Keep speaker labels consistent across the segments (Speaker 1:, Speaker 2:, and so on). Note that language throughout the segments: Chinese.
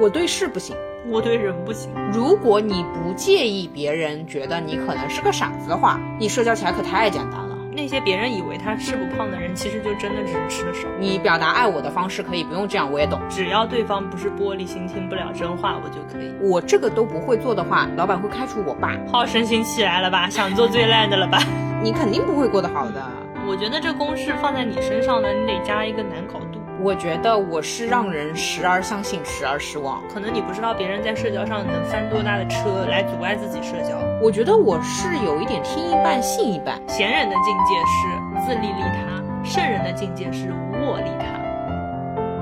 Speaker 1: 我对事不行。
Speaker 2: 我对人不行。
Speaker 1: 如果你不介意别人觉得你可能是个傻子的话，你社交起来可太简单了。
Speaker 2: 那些别人以为他吃不胖的人，其实就真的只是吃的少。
Speaker 1: 你表达爱我的方式可以不用这样，我也懂。
Speaker 2: 只要对方不是玻璃心，听不了真话，我就可以。
Speaker 1: 我这个都不会做的话，老板会开除我吧？
Speaker 2: 好胜心起来了吧？想做最烂的了吧？
Speaker 1: 你肯定不会过得好的。
Speaker 2: 我觉得这公式放在你身上呢，你得加一个难搞度。
Speaker 1: 我觉得我是让人时而相信，时而失望。
Speaker 2: 可能你不知道别人在社交上能翻多大的车来阻碍自己社交。
Speaker 1: 我觉得我是有一点听一半信一半。
Speaker 2: 贤人的境界是自利利他，圣人的境界是无我利他。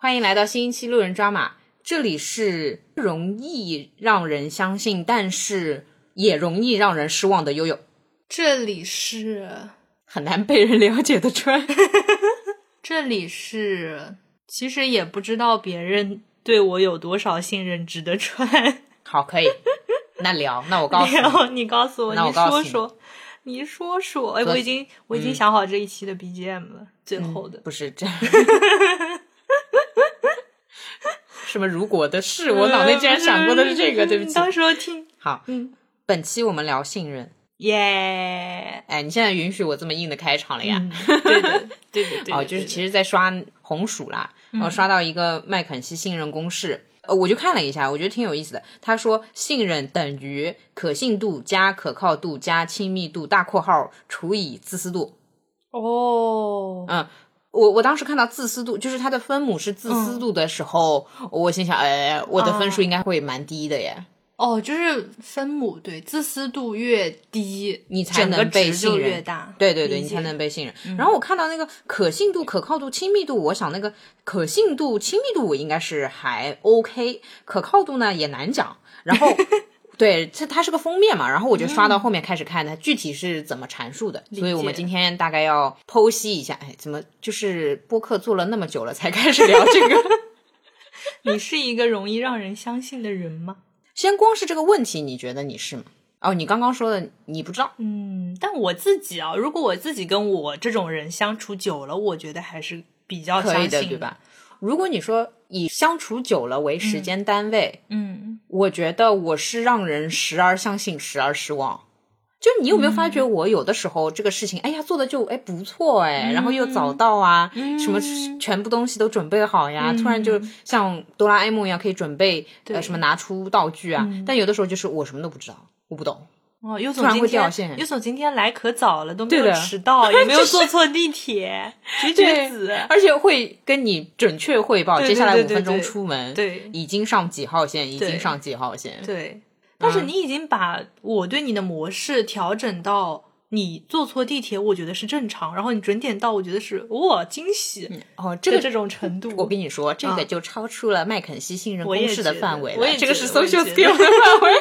Speaker 1: 欢迎来到新一期路人抓马，这里是容易让人相信，但是也容易让人失望的悠悠，
Speaker 2: 这里是，
Speaker 1: 很难被人了解的川。
Speaker 2: 这里是，其实也不知道别人对我有多少信任值得穿。
Speaker 1: 好，可以， 那聊，那 我告诉
Speaker 2: 然
Speaker 1: 你，
Speaker 2: 后你告诉我，
Speaker 1: 那我
Speaker 2: 你
Speaker 1: 告诉
Speaker 2: 说
Speaker 1: 你嗯
Speaker 2: 说，你说说。哎，
Speaker 1: 昨
Speaker 2: 我已经我已经想好这一期的 BGM 了，最后的。
Speaker 1: 嗯不是 这样。什么？如果的事，我脑内竟然闪过的是这 个，对不起。
Speaker 2: 到嗯时候听，
Speaker 1: 好，
Speaker 2: 嗯，
Speaker 1: 本期我们聊信任。
Speaker 2: 耶。
Speaker 1: 哎，你现在允许我这么硬的开场了呀？
Speaker 2: 嗯对的，对的，对 嗯的。
Speaker 1: 哦，就是
Speaker 2: 实
Speaker 1: 其实，在刷红薯啦，然后刷到一个麦肯锡信任公式，呃，我就看了一下，我觉得挺有意思的。他说，信任等于可信度加可靠度加亲密度大括号除以自私度。
Speaker 2: 哦，
Speaker 1: 嗯，我我当时看到自私度，就是它的分母是自
Speaker 2: 嗯
Speaker 1: 私度的时候，我心想，哎，我的分数应该会蛮低的耶，
Speaker 2: 哦，就是分母对，自私度越低，
Speaker 1: 你才
Speaker 2: 整个
Speaker 1: 能被
Speaker 2: 值就
Speaker 1: 信任
Speaker 2: 越大。
Speaker 1: 对对对，
Speaker 2: 理
Speaker 1: 你
Speaker 2: 解嗯
Speaker 1: 才能被信任。然后我看到那个可信度、可靠度、亲密度，我想那个可信度、亲密度我应该是还 OK，可靠度呢也难讲。然 后，对，它它是个封面嘛，然后我就刷到后面开始看它具体是怎么阐述的，所以我们
Speaker 2: 嗯解
Speaker 1: 今天大概要剖析一下，哎，怎么就是播客做了那么久了才开始聊这个？
Speaker 2: 你是一个容易让人相信的人吗？
Speaker 1: 先光是这个问题，你觉得你是吗？哦，你刚刚说的你不知道，
Speaker 2: 嗯，但我自己啊，如果我自己跟我这种人相处久了，我觉得还是比较相
Speaker 1: 可以
Speaker 2: 信
Speaker 1: 的，对？吧？如果你说以相处久了为时间单位，
Speaker 2: 嗯，
Speaker 1: 我觉得我是让人时而相信，时而失望。就你有没有发觉，我有的时候这个事情，哎呀，做的就哎不错
Speaker 2: 嗯
Speaker 1: 哎，然后又早到啊，什么全部东西都准备好呀，
Speaker 2: 嗯
Speaker 1: 突然就像哆啦 A 梦一样可以准备呃什么拿出道具啊，
Speaker 2: 嗯
Speaker 1: 但有的时候就是我什么都不知道，我不懂，
Speaker 2: 哦，尤
Speaker 1: 突
Speaker 2: 总
Speaker 1: 然
Speaker 2: 今
Speaker 1: 会掉
Speaker 2: 天
Speaker 1: 线
Speaker 2: 尤总今天来可早了，都没
Speaker 1: 对
Speaker 2: 有
Speaker 1: 的
Speaker 2: 迟到，也没有坐错地铁，绝绝子，
Speaker 1: 而且会跟你准确汇报
Speaker 2: 对
Speaker 1: 接下来
Speaker 2: 对
Speaker 1: 五
Speaker 2: 对
Speaker 1: 分钟
Speaker 2: 对
Speaker 1: 出门，
Speaker 2: 对
Speaker 1: 已经上几号线，已
Speaker 2: 对
Speaker 1: 经上几号线，
Speaker 2: 对。但
Speaker 1: 嗯
Speaker 2: 是你已经把我对你的模式调整到你坐错地铁，我觉得是正常，然后你准点到，我觉得是哇惊喜
Speaker 1: 哦，这
Speaker 2: 的
Speaker 1: 个
Speaker 2: 这种程度。
Speaker 1: 我跟你说，这个就超出了麦肯锡信任
Speaker 2: 嗯我也
Speaker 1: 公式的
Speaker 2: 觉
Speaker 1: 范
Speaker 2: 得
Speaker 1: 围
Speaker 2: 我也
Speaker 1: 了，这个
Speaker 2: 觉
Speaker 1: 是
Speaker 2: 得我也
Speaker 1: social
Speaker 2: 觉
Speaker 1: skill 的范围，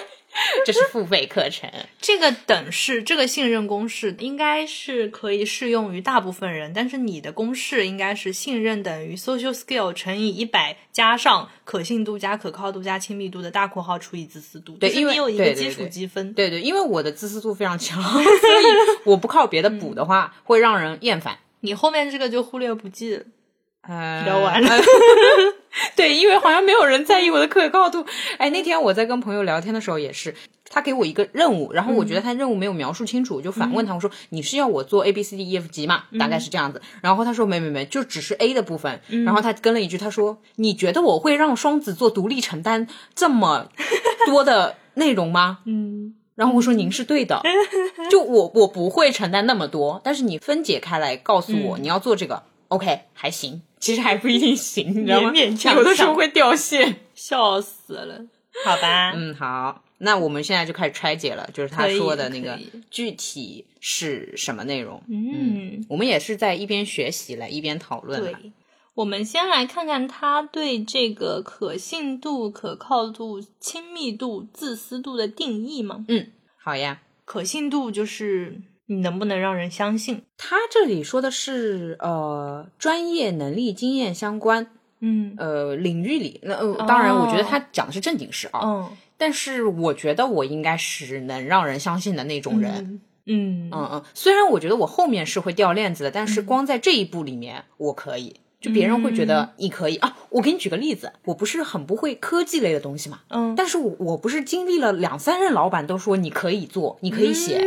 Speaker 1: 这是付费课程。
Speaker 2: 这个等式，这个信任公式应该是可以适用于大部分人，但是你的公式应该是信任等于 social skill 乘以一百加上可信度加可靠度加亲密度的大括号除以自私度，
Speaker 1: 对
Speaker 2: 就是
Speaker 1: 因为
Speaker 2: 你有一
Speaker 1: 对
Speaker 2: 个
Speaker 1: 对
Speaker 2: 基础
Speaker 1: 对
Speaker 2: 积分。
Speaker 1: 对对，因为我的自私度非常强， 所以我不靠别的
Speaker 2: 嗯
Speaker 1: 补的话，会让人厌烦。
Speaker 2: 你后面这个就忽略不计了。
Speaker 1: 呃，
Speaker 2: 聊完 了。
Speaker 1: 对，因为好像没有人在意我的可靠度。哎，那天我在跟朋友聊天的时候也是，他给我一个任务，然后我觉得他任务没有描述清楚，我就反问他，我说你是要我做 A B C D E F G 嘛？大概是这样子。然后他说没没没，就只是 A 的部分。然后他跟了一句，他说你觉得我会让双子座独立承担这么多的内容吗？
Speaker 2: 嗯，
Speaker 1: 然后我说您是对的，就我我不会承担那么多，但是你分解开来告诉
Speaker 2: 嗯
Speaker 1: 我、你要做这个，OK 还行，其实还不一定行，你知道吗？
Speaker 2: 勉勉强
Speaker 1: 有的时候
Speaker 2: 强
Speaker 1: 会掉 线。
Speaker 2: 笑死了，好吧。
Speaker 1: 嗯，好，那我们现在就开始拆解了，就是他
Speaker 2: 可以
Speaker 1: 说的那个
Speaker 2: 可以
Speaker 1: 具体是什么内容。
Speaker 2: 嗯，
Speaker 1: 我们也是在一边学习来一边讨论嘛。
Speaker 2: 对，我们先来看看他对这个可信度、可靠度、亲密度、自私度的定义吗？
Speaker 1: 好呀，
Speaker 2: 可信度就是你能不能让人相信。
Speaker 1: 他这里说的是呃专业能力、经验相关
Speaker 2: 嗯哦
Speaker 1: 呃领域里，那、呃、当然我觉得他讲的是正经事啊。
Speaker 2: 嗯
Speaker 1: 但是我觉得我应该是能让人相信的那种人。
Speaker 2: 嗯嗯
Speaker 1: 嗯嗯，虽然我觉得我后面是会掉链子的，但是光在这一步里面我可以，就别人会觉
Speaker 2: 嗯
Speaker 1: 得你可以、啊。我给你举个例子，我不是很不会科技类的东西嘛，
Speaker 2: 嗯
Speaker 1: 但是我我不是经历了两三任老板都说你可以做，你可以写。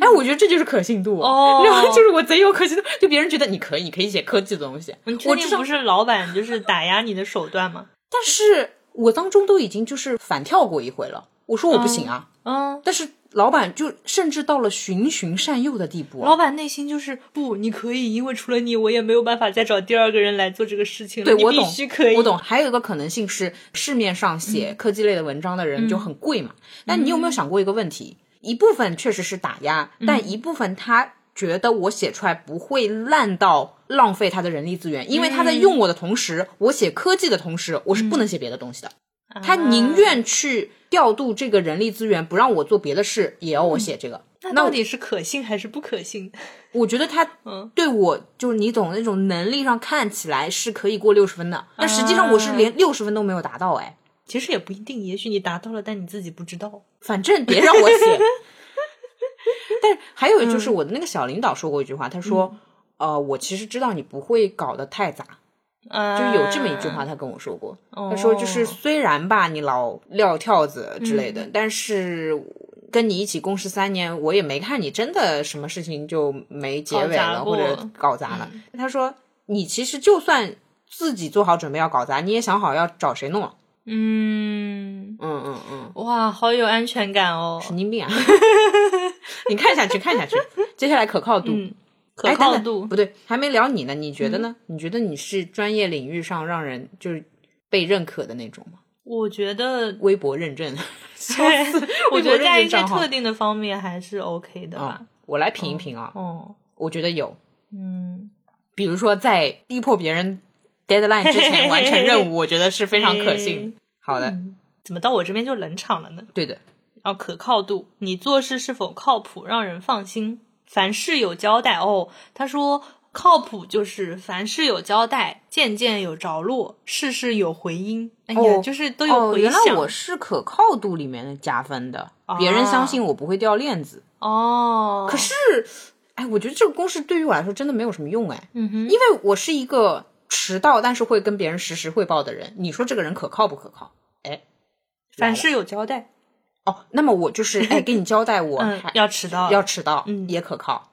Speaker 1: 哎，我觉得这就是可信度
Speaker 2: 嗯哦
Speaker 1: 然后就是我贼有可信度，就别人觉得你可以，你可以写科技的东西，
Speaker 2: 你确
Speaker 1: 我
Speaker 2: 定
Speaker 1: 至少
Speaker 2: 不是老板就是打压你的手段吗？
Speaker 1: 但是我当中都已经就是反跳过一回了，我说我不行啊，
Speaker 2: 嗯，
Speaker 1: 但是老板就甚至到了循循善诱的地步啊，
Speaker 2: 老板内心就是不，你可以，因为除了你，我也没有办法再找第二个人来做这个事情了。
Speaker 1: 对
Speaker 2: 你
Speaker 1: 我
Speaker 2: 必
Speaker 1: 懂
Speaker 2: 须可以，嗯
Speaker 1: 我懂。还有一个可能性是，市面上写科技类的文章的人就很贵嘛。但你有没有想过一个问题？一部分确实是打压，
Speaker 2: 嗯
Speaker 1: 但一部分他觉得我写出来不会烂到浪费他的人力资源，因为他
Speaker 2: 嗯
Speaker 1: 在用我的同时，我写科技的同时，我是不能写别的东西的。
Speaker 2: 啊
Speaker 1: 他宁愿去调度这个人力资源，不让我做别的事，也要我写这个。
Speaker 2: 那
Speaker 1: 那
Speaker 2: 到底是可信还是不可信？
Speaker 1: 我觉得他
Speaker 2: 嗯
Speaker 1: 对我就是你懂那种能力上看起来是可以过六十分的，但实际上我是
Speaker 2: 啊
Speaker 1: 连六十分都没有达到哎。
Speaker 2: 其实也不一定，也许你达到了，但你自己不知道。
Speaker 1: 反正别让我 写。但是还有就是我的那个小领导说过一句话，他说：“呃，我其实知道你不会搞得太杂，
Speaker 2: 啊，
Speaker 1: 就是有这么一句话，他跟我说过。
Speaker 2: 哦
Speaker 1: 他说就是虽然吧，你老撂跳子之类
Speaker 2: 嗯
Speaker 1: 的，但是跟你一起共事三年，我也没看你真的什么事情就没结尾
Speaker 2: 搞砸
Speaker 1: 了或
Speaker 2: 过嗯
Speaker 1: 者搞砸了。他说你其实就算自己做好准备要搞砸，你也想好要找谁弄了。嗯
Speaker 2: 嗯，
Speaker 1: 嗯嗯。”
Speaker 2: 哇，好有安全感哦。
Speaker 1: 神经病啊！ 你看下去，看下去，接下来可靠度，
Speaker 2: 嗯，
Speaker 1: 哎
Speaker 2: 可靠
Speaker 1: 等等
Speaker 2: 度嗯
Speaker 1: 不对，还没聊你呢。你觉得呢？你觉得你是专业领域上让人就是被认可的那种吗？
Speaker 2: 我觉得，
Speaker 1: 微博认证，
Speaker 2: 对， 我觉得在一些
Speaker 1: 账号
Speaker 2: 特定的方面还是 OK 的吧。
Speaker 1: 我来评一评啊，
Speaker 2: 哦，
Speaker 1: 我觉得有，
Speaker 2: 嗯，
Speaker 1: 比如说在逼迫别人 deadline 之 前完成任务，我觉得是非常可信
Speaker 2: 嗯
Speaker 1: 的。好的，
Speaker 2: 怎么到我这边就冷场了呢？
Speaker 1: 对的，
Speaker 2: 然后可靠度，你做事是否靠谱，让人放心，凡事有交代哦。他说靠谱就是凡事有交代，件件有着落，事事有回音。哎呀，
Speaker 1: 哦
Speaker 2: 就是都有
Speaker 1: 哦，
Speaker 2: 回
Speaker 1: 原来
Speaker 2: 响啊
Speaker 1: 我是可靠度里面的加分的，别人相信我不会掉链子。
Speaker 2: 哦。
Speaker 1: 可，是，哎，我觉得这个公式对于我来说真的没有什么用，哎，
Speaker 2: 嗯哼，
Speaker 1: 因为我是一个迟到但是会跟别人实时汇报的人，你说这个人可靠不可靠？哎，
Speaker 2: 凡事有交代，
Speaker 1: 哦，那么我就是 哎，给你交代我
Speaker 2: 嗯
Speaker 1: 还，
Speaker 2: 要迟到，
Speaker 1: 要迟到，
Speaker 2: 嗯
Speaker 1: 也可靠。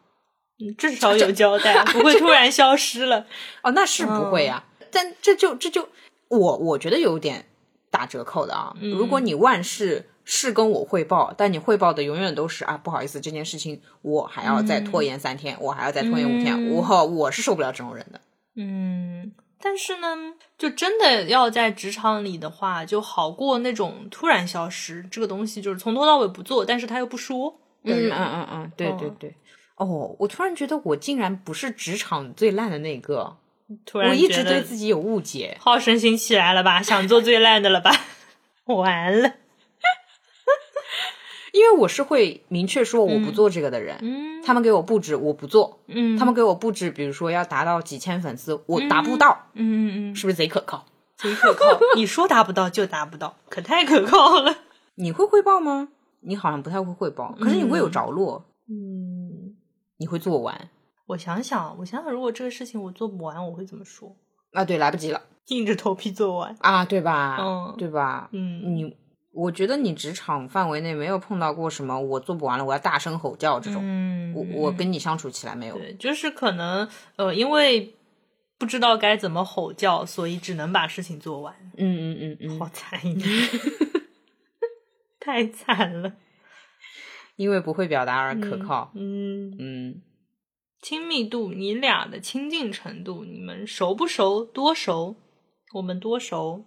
Speaker 2: 嗯至少有 交代，不会突然消失了。
Speaker 1: 哦，那是不会呀、嗯但这就这就我我觉得有点打折扣的啊。如果你万事是跟我汇报，但你汇报的永远都是啊，不好意思，这件事情我还要再拖延三天，我还要再拖延五天，
Speaker 2: 嗯
Speaker 1: 我我是受不了这种人的。
Speaker 2: 嗯，但是呢，就真的要在职场里的话，就好过那种突然消失这个东西，就是从头到尾不做，但是他又不说的
Speaker 1: 嗯
Speaker 2: 人。
Speaker 1: 嗯嗯嗯，对对
Speaker 2: 嗯
Speaker 1: 对。哦，我突然觉得我竟然不是职场最烂的那个，
Speaker 2: 突
Speaker 1: 我
Speaker 2: 然
Speaker 1: 一
Speaker 2: 觉
Speaker 1: 直
Speaker 2: 得
Speaker 1: 对自己有误解。
Speaker 2: 好胜心起来了吧？想做最烂的了吧？ 完了，
Speaker 1: 因为我是会明确说我不做这个的人，
Speaker 2: 嗯
Speaker 1: 他们给我布置我不做，
Speaker 2: 嗯
Speaker 1: 他们给我布置，比如说要达到几千粉丝，我达不到，
Speaker 2: 嗯嗯嗯，
Speaker 1: 是不是贼可靠？
Speaker 2: 贼可靠，你说达不到就达不到，可太可靠了。
Speaker 1: 你会汇报吗？嗯你好像不太会汇报，可是你会有着落，
Speaker 2: 嗯，
Speaker 1: 你会做完。
Speaker 2: 我想想，我想想，如果这个事情我做不完，我会怎么说？
Speaker 1: 啊，对，来不及了
Speaker 2: 硬着头皮做完。
Speaker 1: 啊，对吧？
Speaker 2: 嗯
Speaker 1: 对吧？
Speaker 2: 嗯
Speaker 1: 你，我觉得你职场范围内没有碰到过什么我做不完了，我要大声吼叫这种。
Speaker 2: 嗯，
Speaker 1: 我我跟你相处起来没有，
Speaker 2: 对，就是可能呃，因为不知道该怎么吼叫，所以只能把事情做完。
Speaker 1: 嗯嗯嗯
Speaker 2: 好
Speaker 1: 嗯，
Speaker 2: 惨 呀，太惨了。
Speaker 1: 因为不会表达而可靠，
Speaker 2: 嗯，
Speaker 1: 嗯，
Speaker 2: 亲密度，你俩的亲近程度，你们熟不熟？多熟？我们多熟？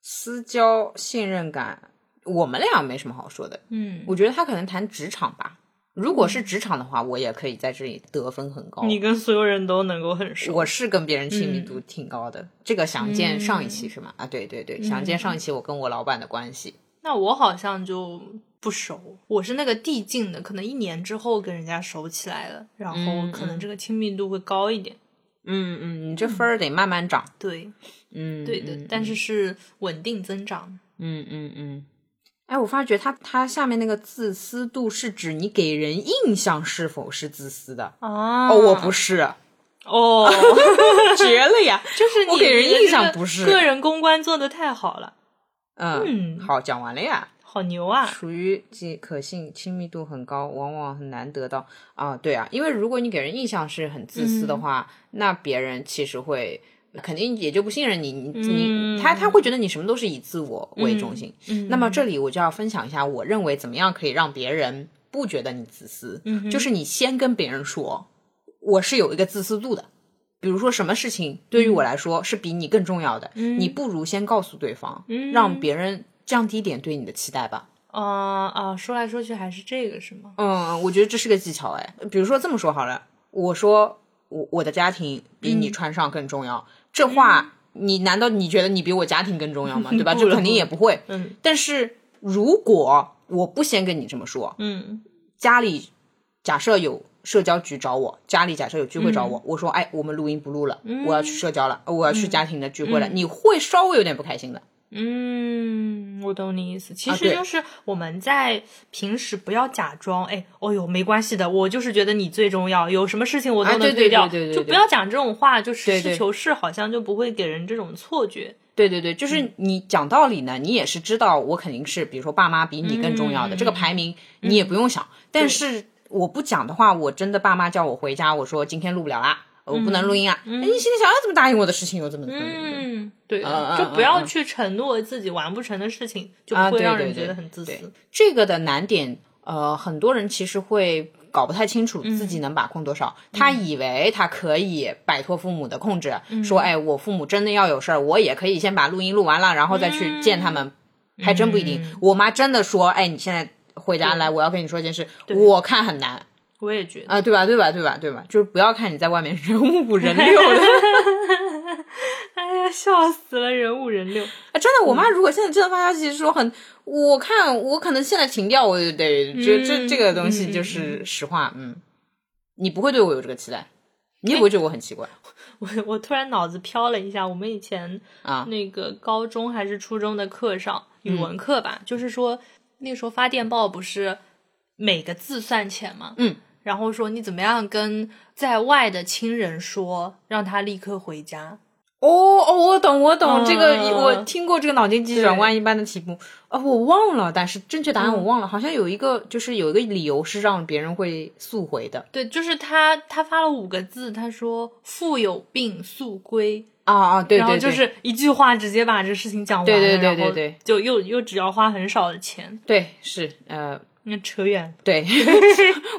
Speaker 1: 私交信任感，我们俩没什么好说的，
Speaker 2: 嗯，
Speaker 1: 我觉得他可能谈职场吧，如果是职场的话，我也可以在这里得分很高，
Speaker 2: 你跟所有人都能够很熟。
Speaker 1: 我是跟别人亲密度挺高的，这个想见上一期是吗？啊，对对对，想见上一期我跟我老板的关系，
Speaker 2: 那我好像就不熟，我是那个递进的，可能一年之后跟人家熟起来了，然
Speaker 1: 嗯
Speaker 2: 后可能这个亲密度会高一点。
Speaker 1: 嗯嗯，你这分儿得慢慢涨，
Speaker 2: 对，
Speaker 1: 嗯，
Speaker 2: 对的，
Speaker 1: 嗯
Speaker 2: 但是是稳定增长。
Speaker 1: 嗯嗯嗯，哎，我发觉他他下面那个自私度是指你给人印象是否是自私的。
Speaker 2: 啊，
Speaker 1: 哦，我不是，
Speaker 2: 哦，
Speaker 1: 绝了呀！
Speaker 2: 就是你
Speaker 1: 我给人
Speaker 2: 的
Speaker 1: 印象
Speaker 2: 这个
Speaker 1: 不是
Speaker 2: 个人公关做的太好了，
Speaker 1: 嗯，好，讲完了呀。
Speaker 2: 好牛啊！
Speaker 1: 属于既可信、亲密度很高，往往很难得到啊。对啊，因为如果你给人印象是很自私的话，那别人其实会肯定也就不信任你，你你他他会觉得你什么都是以自我为中心。那么这里我就要分享一下，我认为怎么样可以让别人不觉得你自私，就是你先跟别人说，我是有一个自私度的。比如说什么事情对于我来说是比你更重要的，你不如先告诉对方，让别人降低一点对你的期待吧。
Speaker 2: 啊啊，说来说去还是这个是吗？
Speaker 1: 嗯，我觉得这是个技巧哎。比如说这么说好了，我说我我的家庭比
Speaker 2: 嗯
Speaker 1: 你穿上更重要，这话你难道你觉得你比我家庭更重要 吗？对吧？
Speaker 2: 不
Speaker 1: 这
Speaker 2: 了
Speaker 1: 肯定也不会。
Speaker 2: 嗯，
Speaker 1: 但是如果我不先跟你这么说，
Speaker 2: 嗯
Speaker 1: 家里假设有社交局找我，家里假设有聚会找
Speaker 2: 嗯
Speaker 1: 我，我说哎，我们录音不录了，我要去社交了，我要去家庭的聚会了，你会稍微有点不开心的。
Speaker 2: 嗯，我懂你意思。其
Speaker 1: 啊
Speaker 2: 实
Speaker 1: 对
Speaker 2: 就是我们在平时不要假装，哎，哦哟，没关系的，我就是觉得你最重要，有什么事情我
Speaker 1: 啊
Speaker 2: 都
Speaker 1: 对
Speaker 2: 能
Speaker 1: 对
Speaker 2: 掉，
Speaker 1: 对对对
Speaker 2: 就
Speaker 1: 对
Speaker 2: 不要讲这种话，就
Speaker 1: 对
Speaker 2: 实事
Speaker 1: 对
Speaker 2: 求是，好像就不会给人这种错觉。
Speaker 1: 对对对，
Speaker 2: 嗯
Speaker 1: 就是你讲道理呢，你也是知道我肯定是，比如说爸妈比你更重要的，
Speaker 2: 嗯
Speaker 1: 这个排名你也不用想。但是我不讲的话，我真的爸妈叫我回家，我说今天录不了啦，我不能录音啊。哎，你心里想，哎，怎么答应我的事情又怎么怎么怎么？
Speaker 2: 嗯，对的，
Speaker 1: 嗯嗯
Speaker 2: 就不要
Speaker 1: 嗯嗯
Speaker 2: 去承诺自己完不成的事情，就
Speaker 1: 啊
Speaker 2: 不会
Speaker 1: 对
Speaker 2: 让
Speaker 1: 对
Speaker 2: 人
Speaker 1: 对
Speaker 2: 觉得很自私。
Speaker 1: 对这个的难点，呃，很多人其实会搞不太清楚自己能把控多少。他以为他可以摆脱父母的控制，说，哎，我父母真的要有事儿，我也可以先把录音录完了，然后再去见他们，还真不一定。我妈真的说，哎，你现在回家来，我要跟你说件事，我看很难啊、
Speaker 2: 我也觉得。
Speaker 1: 对吧？对吧？对吧？对吧？就是不要看你在外面 人五人六的。
Speaker 2: 哎呀，笑死了，人五人六。
Speaker 1: 啊，真的，我妈如果现在真的发消息说很，我看我可能现在停掉，我就得这这这个东西就是实话，嗯，你不会对我有这个期待，你也不会觉得我很奇怪
Speaker 2: 我我突然脑子飘了一下，我们以前
Speaker 1: 啊嗯
Speaker 2: 那个高中还是初中的课上，语文课吧，就是说那时候发电报不是每个字算钱吗？
Speaker 1: 嗯，
Speaker 2: 然后说你怎么样跟在外的亲人说，让他立刻回家。
Speaker 1: 哦哦，我懂我懂、这个，
Speaker 2: 嗯
Speaker 1: 我听过这个脑筋急转弯一般的题目啊、我忘了，但是正确答案我忘了，好像有一个就是有一个理由是让别人会速回的
Speaker 2: 对，就是他他发了五个字，他说“父有病速归”，
Speaker 1: 啊啊，对对
Speaker 2: 然后
Speaker 1: 对，
Speaker 2: 就是一句话直接把这事情讲完了，
Speaker 1: 对对对
Speaker 2: 然后
Speaker 1: 对对
Speaker 2: 就又又只要花很少的钱，
Speaker 1: 对是呃
Speaker 2: 那扯远了。
Speaker 1: 对，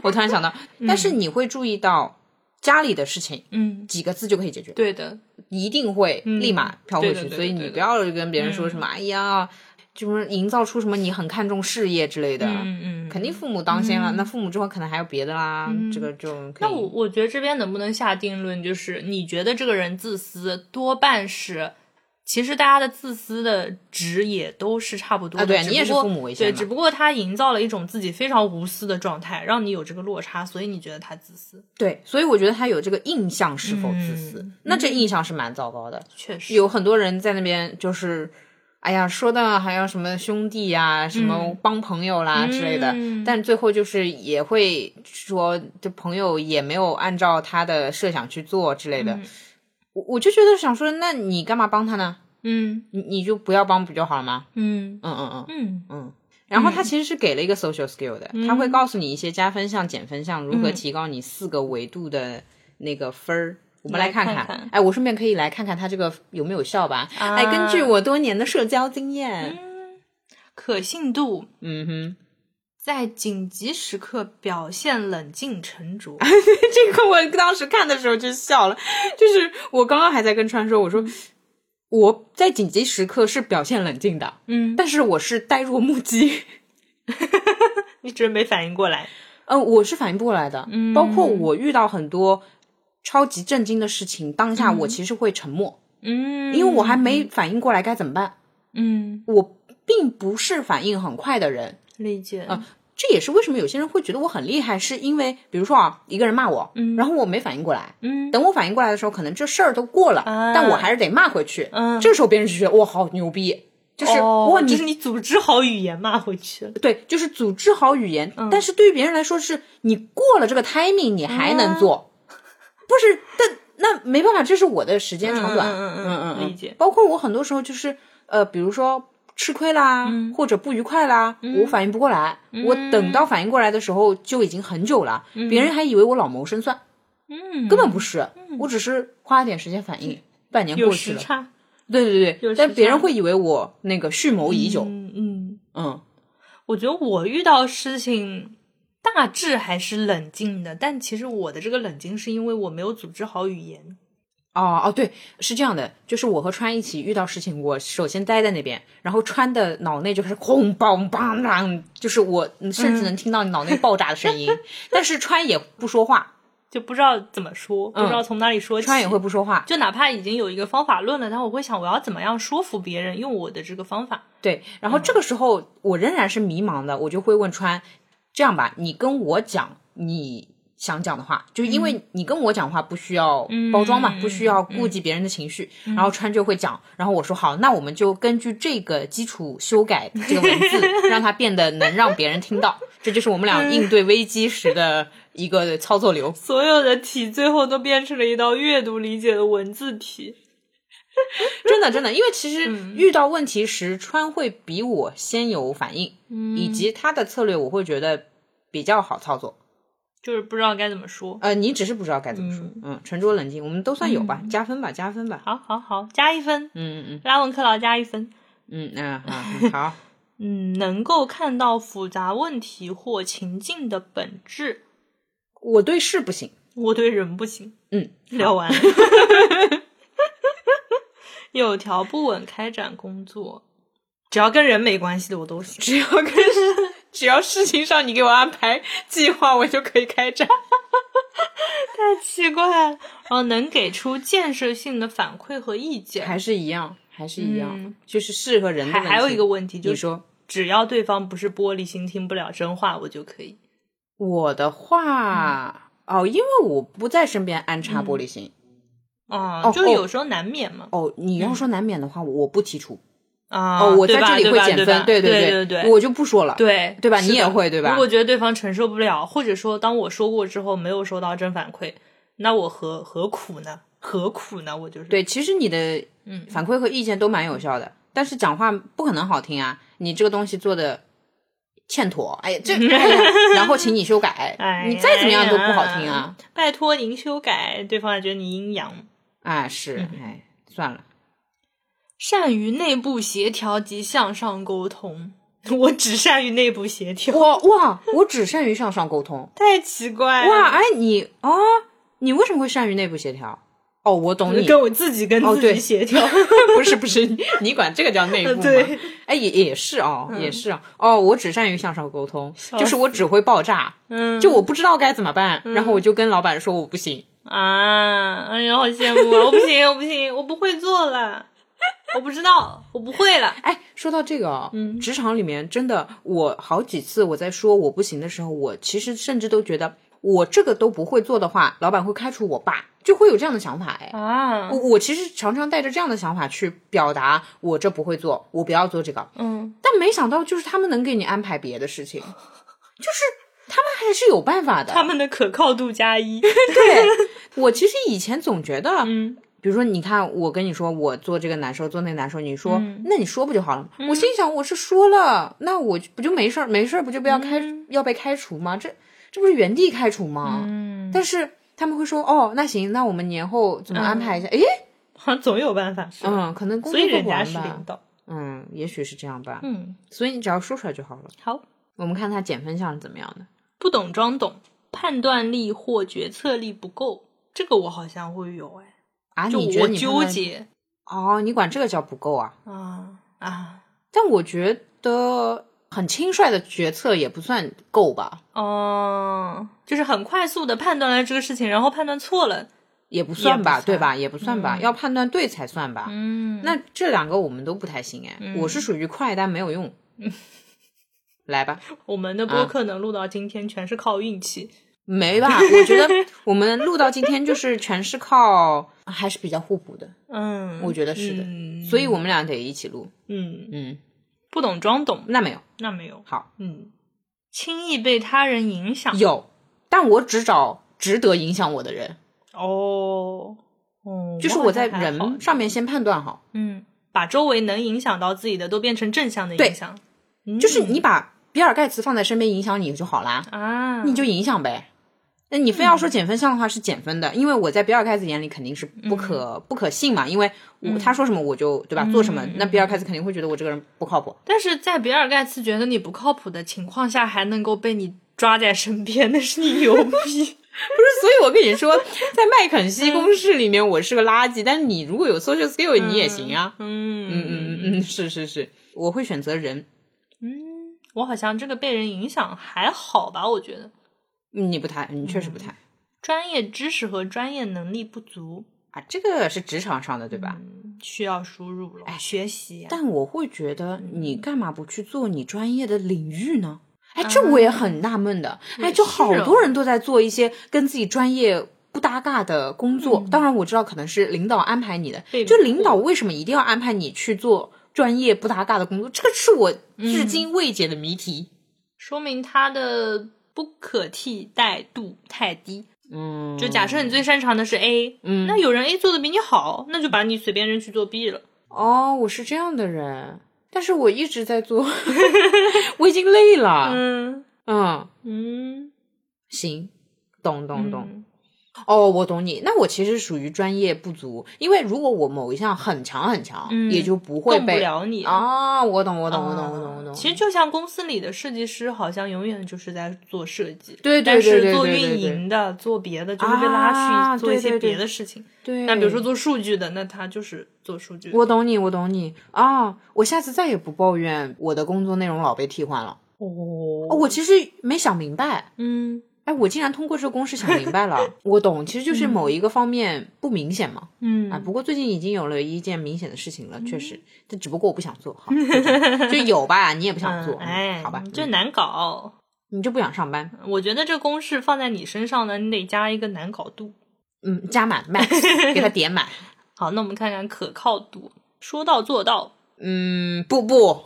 Speaker 1: 我突然想到，但是你会注意到家里的事情
Speaker 2: 嗯，
Speaker 1: 几个字就可以解决。
Speaker 2: 对的，
Speaker 1: 一定会立马飘回去，
Speaker 2: 嗯对的对的
Speaker 1: 所以
Speaker 2: 对
Speaker 1: 你
Speaker 2: 的嗯
Speaker 1: 不要跟别人说什么、哎呀，就是营造出什么你很看重事业之类的，
Speaker 2: 嗯嗯。嗯
Speaker 1: 肯定父母当先了，啊那父母之后可能还有别的啦，这个就可以
Speaker 2: 那我我觉得这边能不能下定论，就是你觉得这个人自私，多半是。其实大家的自私的值也都是差不多的，
Speaker 1: 啊对啊
Speaker 2: 只
Speaker 1: 你也是
Speaker 2: 不过
Speaker 1: 父母为先
Speaker 2: 对，
Speaker 1: 嘛
Speaker 2: 只不过他营造了一种自己非常无私的状态，让你有这个落差，所以你觉得他自私，
Speaker 1: 对，所以我觉得他有这个印象是否自私，
Speaker 2: 嗯
Speaker 1: 那这印象是蛮糟糕的。
Speaker 2: 确实
Speaker 1: 有很多人在那边就是，哎呀，说的还要什么兄弟呀、什么帮朋友啦、之类的，
Speaker 2: 嗯
Speaker 1: 但最后就是也会说，这朋友也没有按照他的设想去做之类的。我我就觉得想说，那你干嘛帮他呢？
Speaker 2: 嗯
Speaker 1: 你你就不要帮不就好了吗？
Speaker 2: 嗯
Speaker 1: 嗯嗯嗯。
Speaker 2: 嗯
Speaker 1: 嗯，然后它其实是给了一个 social skill 的，它会告诉你一些加分项、减分项，如何提高你四个维度的那个分儿。我们来看
Speaker 2: 来看看
Speaker 1: 哎，我顺便可以来看看它这个有没有效吧？哎，根据我多年的社交经验，
Speaker 2: 可信度
Speaker 1: 嗯哼，
Speaker 2: 在紧急时刻表现冷静沉着。
Speaker 1: 这个我当时看的时候就笑了，就是我刚刚还在跟川说，我说我在紧急时刻是表现冷静的，
Speaker 2: 嗯，
Speaker 1: 但是我是呆若木鸡。
Speaker 2: 你只是没反应过来。
Speaker 1: 嗯，我是反应不过来的。包括我遇到很多超级震惊的事情，当下我其实会沉默，
Speaker 2: 嗯
Speaker 1: 因为我还没反应过来该怎么办。
Speaker 2: 嗯
Speaker 1: 我并不是反应很快的人，
Speaker 2: 理解啊
Speaker 1: 这也是为什么有些人会觉得我很厉害，是因为比如说啊，一个人骂我，然后我没反应过来，
Speaker 2: 嗯
Speaker 1: 等我反应过来的时候，可能这事儿都过了，
Speaker 2: 啊
Speaker 1: 但我还是得骂回去。
Speaker 2: 嗯
Speaker 1: 这时候别人就觉得哇，好牛逼。就是、
Speaker 2: 哦
Speaker 1: 哇，你
Speaker 2: 就是你组织好语言嘛，回去
Speaker 1: 对，就是组织好语言，
Speaker 2: 嗯
Speaker 1: 但是对于别人来说是，你过了这个 timing，你还
Speaker 2: 嗯
Speaker 1: 能做，不是？但那没办法，这是我的时间长短，
Speaker 2: 嗯嗯嗯嗯理解
Speaker 1: 包括我很多时候就是呃，比如说吃亏啦，
Speaker 2: 嗯
Speaker 1: 或者不愉快啦，我反应不过来，我等到反应过来的时候就已经很久了，
Speaker 2: 嗯
Speaker 1: 别人还以为我老谋深算，嗯，根本不是，我只是花了点时间反应，半年
Speaker 2: 有
Speaker 1: 过去
Speaker 2: 时
Speaker 1: 了，
Speaker 2: 差。
Speaker 1: 对对对，
Speaker 2: 有时
Speaker 1: 但别人
Speaker 2: 差
Speaker 1: 会以为我那个蓄谋已久，
Speaker 2: 嗯嗯，
Speaker 1: 嗯
Speaker 2: 我觉得我遇到事情大致还是冷静的，但其实我的这个冷静是因为我没有组织好语言。
Speaker 1: 哦哦，对，是这样的，就是我和川一起遇到事情，我首先待在那边，然后川的脑内就是轰砰砰砰，就是我嗯甚至能听到你脑内爆炸的声音，但是川也不说话，
Speaker 2: 就不知道怎么说，不知道从哪里说起。
Speaker 1: 川也会不说话，
Speaker 2: 就哪怕已经有一个方法论了，但我会想我要怎么样说服别人用我的这个方法。
Speaker 1: 对，然后这个时候我仍然是迷茫的，我就会问川，这样吧，你跟我讲你想讲的话，就是因为你跟我讲话不需要包装嘛，
Speaker 2: 嗯
Speaker 1: 不需要顾及别人的情绪，然后川就会讲，然后我说好，那我们就根据这个基础修改这个文 字，让它变得能让别人听到，这就是我们
Speaker 2: 嗯
Speaker 1: 俩应对危机时的一个操作流。
Speaker 2: 所有的题最后都变成了一道阅读理解的文字题。
Speaker 1: 真的真的，因为其实
Speaker 2: 嗯
Speaker 1: 遇到问题时，川会比我先有反应，
Speaker 2: 嗯
Speaker 1: 以及他的策略，我会觉得比较好操作。
Speaker 2: 就是不知道该怎么说。
Speaker 1: 呃，你只是不知道该怎么说。嗯，沉着冷静，我们都算有吧，
Speaker 2: 嗯
Speaker 1: 加分吧，加分吧。
Speaker 2: 好好好，加一分，
Speaker 1: 嗯嗯
Speaker 2: 拉文克劳加一分。
Speaker 1: 嗯嗯嗯， 好，好，
Speaker 2: 嗯，能够看到复杂问题或情境的本质。
Speaker 1: 我对事不行。
Speaker 2: 我对人不行。
Speaker 1: 嗯，
Speaker 2: 聊完。 有条不紊开展工作，只要跟人没关系的我都行。
Speaker 1: 只要跟只要事情上你给我安排计划，我就可以开展。
Speaker 2: 太奇怪了。然后能给出建设性的反馈和意见。
Speaker 1: 还是一样，还是一样，
Speaker 2: 嗯
Speaker 1: 就是事和人的
Speaker 2: 还
Speaker 1: 问题。
Speaker 2: 还有一个，问题，就
Speaker 1: 你
Speaker 2: 是
Speaker 1: 说
Speaker 2: 只要对方不是玻璃心，听不了真话，我就可以。
Speaker 1: 我的话、哦，因为我不在身边安插玻璃心。
Speaker 2: 嗯啊、
Speaker 1: 哦
Speaker 2: 就是
Speaker 1: 哦
Speaker 2: 有时候难免嘛。
Speaker 1: 哦，你要说难免的话，我不提出。
Speaker 2: 嗯啊、
Speaker 1: 哦，我
Speaker 2: 对
Speaker 1: 在
Speaker 2: 吧
Speaker 1: 这里
Speaker 2: 对
Speaker 1: 会
Speaker 2: 吧
Speaker 1: 减
Speaker 2: 对吧
Speaker 1: 分。
Speaker 2: 对
Speaker 1: 对
Speaker 2: 对对，
Speaker 1: 我就不说了。
Speaker 2: 对
Speaker 1: 对吧
Speaker 2: 是
Speaker 1: 你
Speaker 2: 的
Speaker 1: 也会对吧
Speaker 2: 如果觉得对方承受不了，或者说当我说过之后没有收到正反馈，那我何何苦呢？何苦呢？我就是
Speaker 1: 对，其实你的
Speaker 2: 嗯
Speaker 1: 反馈和意见都蛮有效的，但是讲话不可能好听啊！你这个东西做的欠妥，哎，这、哎 呀然后请你修改，
Speaker 2: 哎
Speaker 1: 你再怎么样都不好听啊！
Speaker 2: 拜托您修改，对方也觉得你阴阳。
Speaker 1: 啊，是，
Speaker 2: 嗯
Speaker 1: 哎，算了，
Speaker 2: 善于内部协调及向上沟通， 我只善于内部协调，
Speaker 1: 我哇，我只善于向上沟通，
Speaker 2: 太奇怪了。
Speaker 1: 哇，哎，你啊，你为什么会善于内部协调？哦，我懂你，
Speaker 2: 跟我自己跟
Speaker 1: 哦
Speaker 2: 自
Speaker 1: 对
Speaker 2: 己协调，
Speaker 1: 不是不是，你你管这个叫内部吗？
Speaker 2: 对，
Speaker 1: 哎，也也是哦，
Speaker 2: 嗯
Speaker 1: 也是哦。哦，我只善于向上沟通，就是我只会爆炸，
Speaker 2: 嗯，
Speaker 1: 就我不知道该怎么办，然后我就跟老板说我不行。
Speaker 2: 啊，哎呀，好羡慕啊！我不行，我不行，我不会做了，我不知道，我不 会了。
Speaker 1: 哎，说到这个哦，嗯，职场里面真的，我好几次我在说我不行的时候，我其实甚至都觉得我这个都不会做的话，老板会开除我吧，就会有这样的想法哎。
Speaker 2: 啊
Speaker 1: 我，我其实常常带着这样的想法去表达，我这不会做，我不要做这个。
Speaker 2: 嗯，
Speaker 1: 但没想到，就是他们能给你安排别的事情，就是他们还是有办法的。
Speaker 2: 他们的可靠度 加一。
Speaker 1: 对我其实以前总觉得，
Speaker 2: 嗯，
Speaker 1: 比如说，你看我跟你说我做这个难受，做那个难受，你说、
Speaker 2: 嗯
Speaker 1: 那你说不就好了吗？我心想我是说了，那我就不就没事儿，没事儿不就不要开、要被开除吗？这这不是原地开除吗？
Speaker 2: 嗯，
Speaker 1: 但是他们会说哦，那行，那我们年后怎么安排一下？诶，
Speaker 2: 好像总有办法，是吧？
Speaker 1: 嗯，可能工
Speaker 2: 嗯所
Speaker 1: 作
Speaker 2: 以
Speaker 1: 做
Speaker 2: 人
Speaker 1: 不
Speaker 2: 家
Speaker 1: 完
Speaker 2: 是领
Speaker 1: 吧，
Speaker 2: 导。
Speaker 1: 嗯，也许是这样吧。
Speaker 2: 嗯，
Speaker 1: 所以你只要说出来就好了。
Speaker 2: 好，
Speaker 1: 我们看他减分项是怎么样的。
Speaker 2: 不懂装懂，判断力或决策力不够，这个我好像会有哎，
Speaker 1: 啊，
Speaker 2: 就
Speaker 1: 你觉
Speaker 2: 我
Speaker 1: 得你
Speaker 2: 纠
Speaker 1: 判断
Speaker 2: 结
Speaker 1: 哦，你管这个叫不够啊？
Speaker 2: 啊啊
Speaker 1: 但我觉得很轻率的决策也不算够吧，
Speaker 2: 哦，就是很快速的判断了这个事情，然后判断错了。
Speaker 1: 也不算吧，
Speaker 2: 也不算
Speaker 1: 对吧？也不算吧，要判断对才算吧。
Speaker 2: 嗯，
Speaker 1: 那这两个我们都不太行哎，我是属于快但没有用。
Speaker 2: 嗯
Speaker 1: 来吧，
Speaker 2: 我们的播客能录到今天，全是靠运气。
Speaker 1: 没吧？啊我觉得我们录到今天，就是全是靠还是比较互补的，
Speaker 2: 嗯，
Speaker 1: 我觉得是的。
Speaker 2: 嗯
Speaker 1: 所以我们俩得一起录。
Speaker 2: 嗯，
Speaker 1: 嗯，
Speaker 2: 不懂装懂，
Speaker 1: 那没有，
Speaker 2: 那没有，
Speaker 1: 好
Speaker 2: 嗯，轻易被他人影响，
Speaker 1: 有，但我只找值得影响我的人，
Speaker 2: 哦，哦，
Speaker 1: 就是
Speaker 2: 我
Speaker 1: 我在
Speaker 2: 好像还好
Speaker 1: 人上面先判断好，
Speaker 2: 嗯，把周围能影响到自己的都变成正向的
Speaker 1: 对
Speaker 2: 影响，嗯
Speaker 1: 就是你把比尔盖茨放在身边影响你就好啦，
Speaker 2: 啊，
Speaker 1: 你就影响呗。那你非要说减分项的话是减分的，因为我在比尔盖茨眼里肯定是不可、不可信嘛，因为我、他说什么我就对吧做什么，那比尔盖茨肯定会觉得我这个人不靠谱。
Speaker 2: 但是在比尔盖茨觉得你不靠谱的情况下，还能够被你抓在身边，那是你牛逼。
Speaker 1: 所以我跟你说，在麦肯锡公式里面我是个垃圾，但你如果有 social skill 你也行啊。
Speaker 2: 嗯
Speaker 1: 嗯嗯嗯，是是是，我会选择人，
Speaker 2: 我好像这个被人影响还好吧，我觉得
Speaker 1: 嗯你不太，你确实不太、
Speaker 2: 专业知识和专业能力不足，
Speaker 1: 啊，这个是职场上的对吧？
Speaker 2: 需要输入了，学习啊呀、
Speaker 1: 但我会觉得，你干嘛不去做你专业的领域呢？哎，这我也很纳闷的。哎，就好
Speaker 2: 是哦
Speaker 1: 多人都在做一些跟自己专业不搭嘎的工作。当然，我知道可能是领导安排你的
Speaker 2: 被，
Speaker 1: 就
Speaker 2: 迫
Speaker 1: 领导为什么一定要安排你去做专业不搭嘎的工作？这个是我至今未解的谜题。
Speaker 2: 说明他的不可替代度太低。
Speaker 1: 嗯，
Speaker 2: 就假设你最擅长的是 A，嗯，那有人 A 做的比你好，那就把你随便扔去做 B 了。
Speaker 1: 哦，我是这样的人，但是我一直在做， 我已经累了。
Speaker 2: 嗯
Speaker 1: 嗯，
Speaker 2: 嗯，
Speaker 1: 行，懂懂懂。
Speaker 2: 嗯
Speaker 1: 哦，我懂你。那我其实属于专业不足，因为如果我某一项很强很强，
Speaker 2: 嗯
Speaker 1: 也就不会
Speaker 2: 动不
Speaker 1: 被
Speaker 2: 了你。
Speaker 1: 啊、我懂，我懂，我懂，我懂，
Speaker 2: 啊
Speaker 1: 我懂。
Speaker 2: 其实就像公司里的设计师，好像永远就是在做设计，
Speaker 1: 对对
Speaker 2: 但
Speaker 1: 对
Speaker 2: 是
Speaker 1: 对
Speaker 2: 做
Speaker 1: 对对
Speaker 2: 运
Speaker 1: 对
Speaker 2: 营的、做别的，就是被拉
Speaker 1: 啊
Speaker 2: 去做一
Speaker 1: 对
Speaker 2: 些
Speaker 1: 对对
Speaker 2: 别的事情。
Speaker 1: 对，
Speaker 2: 那比如说，做数据的，那他就是做数据。
Speaker 1: 我懂你，我懂你啊！我下次再也不抱怨我的工作内容老被替换了。哦，
Speaker 2: 哦，
Speaker 1: 我其实没想明白，
Speaker 2: 嗯
Speaker 1: 哎，我竟然通过这个公式想明白 了。我懂，其实就是某一个方面不明显嘛。
Speaker 2: 嗯
Speaker 1: 啊，不过最近已经有了一件明显的事情了，确实，但只不过我不想做，好， 就有吧，你也不想
Speaker 2: 嗯
Speaker 1: 做，嗯
Speaker 2: 哎，
Speaker 1: 好吧，
Speaker 2: 这
Speaker 1: 嗯
Speaker 2: 难搞。
Speaker 1: 你就不想上班，
Speaker 2: 我觉得这公式放在你身上呢，你得加一个难搞度。
Speaker 1: 嗯，加满 max，给它点满。
Speaker 2: 好，那我们看看可靠度，说到做到。
Speaker 1: 嗯，不不，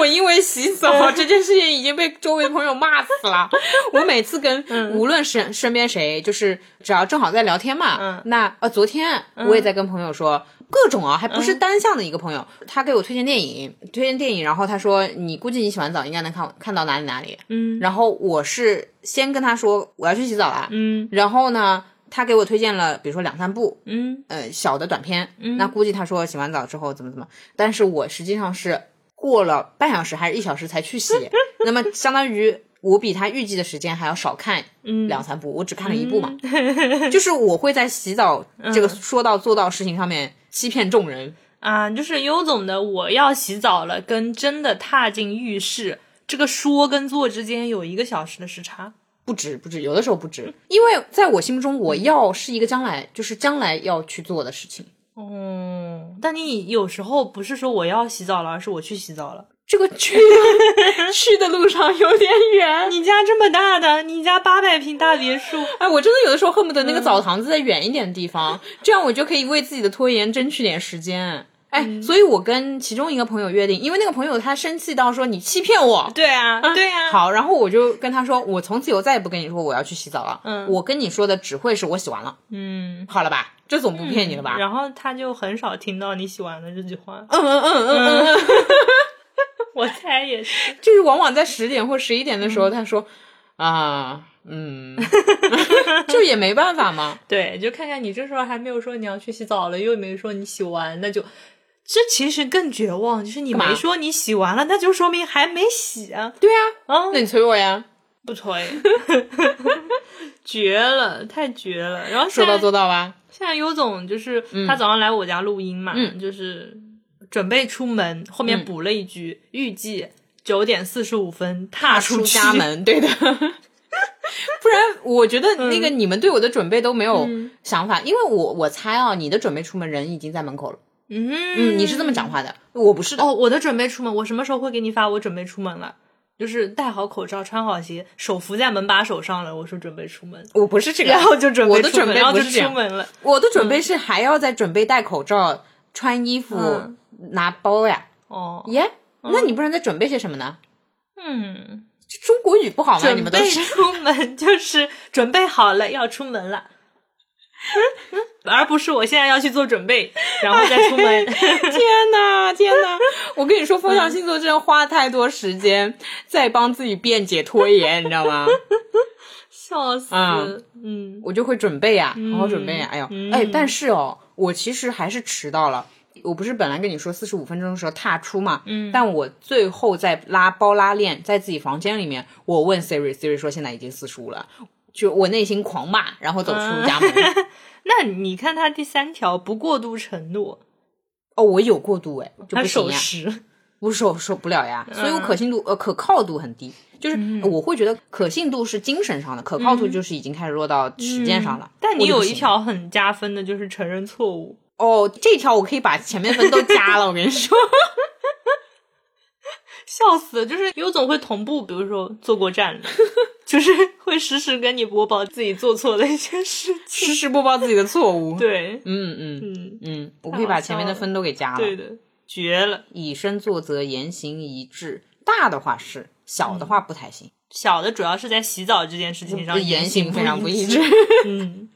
Speaker 1: 我因为洗澡
Speaker 2: 嗯
Speaker 1: 这件事情已经被周围朋友骂死了。我每次跟、
Speaker 2: 嗯
Speaker 1: 无论身身边谁，就是只要正好在聊天嘛，
Speaker 2: 嗯
Speaker 1: 那呃，昨天我也在跟朋友说。各种啊，还不
Speaker 2: 嗯
Speaker 1: 是单向的一个朋友，他给我推荐电影，推荐电影，然后他说你估计你洗完澡应该能看看到哪里哪里，
Speaker 2: 嗯
Speaker 1: 然后我是先跟他说我要去洗澡啦，
Speaker 2: 嗯
Speaker 1: 然后呢，他给我推荐了比如说两三部，
Speaker 2: 嗯
Speaker 1: 呃小的短片，那估计他说洗完澡之后怎么怎么，但是我实际上是过了半小时还是一小时才去洗，那么相当于我比他预计的时间还要少看
Speaker 2: 嗯，
Speaker 1: 两三部，我只看了一部嘛，就是我会在洗澡这个说到做到事情上面欺骗众人，
Speaker 2: 啊，就是优总的我要洗澡了，跟真的踏进浴室这个说跟做之间有一个小时的时差。
Speaker 1: 不止不止，有的时候不止，因为在我心目中我要是一个将来就是将来要去做的事情。
Speaker 2: 哦，但你有时候不是说我要洗澡了，而是我去洗澡了。
Speaker 1: 这个去的去的路上有点远，
Speaker 2: 你家这么大的，你家八百平大别墅，
Speaker 1: 哎，我真的有的时候恨不得那个
Speaker 2: 嗯
Speaker 1: 澡堂子在远一点的地方，这样我就可以为自己的拖延争取点时间。哎，
Speaker 2: 嗯
Speaker 1: 所以我跟其中一个朋友约定，因为那个朋友他生气到说你欺骗我。
Speaker 2: 对啊，对啊，，
Speaker 1: 好，然后我就跟他说，我从此以后再也不跟你说我要去洗澡了。
Speaker 2: 嗯
Speaker 1: 我跟你说的只会是我洗完了，
Speaker 2: 嗯，
Speaker 1: 好了吧？这总不骗你了吧？
Speaker 2: 然后他就很少听到你洗完了这句话，
Speaker 1: 嗯嗯嗯嗯嗯，
Speaker 2: 我猜也是，
Speaker 1: 就是往往在十点或十一点的时
Speaker 2: 嗯
Speaker 1: 候，他说啊，嗯， 就也没办法嘛。
Speaker 2: 对，就看看你这时候还没有说你要去洗澡了，又没说你洗完，那就。这其实更绝望，就是你
Speaker 1: 干嘛
Speaker 2: 没说你洗完了，那就说明还没洗啊！
Speaker 1: 对啊，
Speaker 2: 啊
Speaker 1: 那你催我呀，
Speaker 2: 不 推，绝了，太绝了。然后
Speaker 1: 说
Speaker 2: 现在
Speaker 1: 到做到吧。
Speaker 2: 现在优总就是、他早上来我家录音嘛，
Speaker 1: 嗯
Speaker 2: 就是准备出门，后面补了一句、预计九点四十五分踏
Speaker 1: 出
Speaker 2: 去
Speaker 1: 家。门，对的。 不然，我觉得那个你们对我的准备都没有想法，因为我我猜啊，你的准备出门人已经在门口了。
Speaker 2: 嗯
Speaker 1: 嗯，你是这么讲话的，我不是的。
Speaker 2: 哦哦，我的准备出门，我什么时候会给你发我准备出门了？就是戴好口罩、穿好鞋，手扶在门把手上了，我说准备出门，
Speaker 1: 我不是这个
Speaker 2: 然，后就准备
Speaker 1: 我的
Speaker 2: 出门
Speaker 1: 准备
Speaker 2: 然后
Speaker 1: 不
Speaker 2: 就是
Speaker 1: 这
Speaker 2: 出
Speaker 1: 样
Speaker 2: 门了。
Speaker 1: 我的准备是还要再准备戴口罩、穿衣服、
Speaker 2: 嗯
Speaker 1: 拿包呀。
Speaker 2: 哦，
Speaker 1: 耶、那你不然在准备些什么呢？
Speaker 2: 嗯，
Speaker 1: 这中国语不好吗？你
Speaker 2: 准
Speaker 1: 们都
Speaker 2: 备
Speaker 1: 是
Speaker 2: 出门就是准备好了要出门了。而不是我现在要去做准备，然后再出 门。
Speaker 1: 天呐，天 呐！我跟你说，风象星座真的花太多时间在帮自己辩解拖延，你知道吗？
Speaker 2: 笑死，
Speaker 1: 嗯
Speaker 2: 嗯，
Speaker 1: 我就会准备呀、好好准备呀、哎呦，
Speaker 2: 嗯
Speaker 1: 哎，但是哦，我其实还是迟到了。我不是本来跟你说四十五分钟的时候踏出嘛，嗯，但我最后在拉包拉链，在自己房间里面，我问 Siri，Siri 说现在已经四十五了，就我内心狂骂，然后走出家门。
Speaker 2: 啊那你看他第三条，不过度承诺，
Speaker 1: 哦，我有过度哎，就
Speaker 2: 他嗯
Speaker 1: 不行
Speaker 2: 守
Speaker 1: 呀，
Speaker 2: 时，
Speaker 1: 我守守不了呀，所以我可信度呃可靠度很低，就是
Speaker 2: 嗯
Speaker 1: 我会觉得可信度是精神上的，可靠度就是已经开始落到实践上了。
Speaker 2: 嗯但你
Speaker 1: 我就不
Speaker 2: 有一
Speaker 1: 行
Speaker 2: 条很加分的，就是承认错误。
Speaker 1: 哦，这条我可以把前面分都加了，我跟你说。
Speaker 2: 笑死了，就是有总会同步，比如说坐过站 了，就是会实时跟你播报自己做错的一些事情。
Speaker 1: 时时播报自己的错误。，
Speaker 2: 对，
Speaker 1: 嗯嗯
Speaker 2: 嗯，
Speaker 1: 嗯，我可以把前面的分都给加
Speaker 2: 对
Speaker 1: 了。
Speaker 2: 的，绝了。
Speaker 1: 以身作则，言行一致。大的话是，小的话不太行，
Speaker 2: 小的主要是在洗澡这件事情上
Speaker 1: 言
Speaker 2: 嗯行
Speaker 1: 非常不
Speaker 2: 一。
Speaker 1: 一致。
Speaker 2: 嗯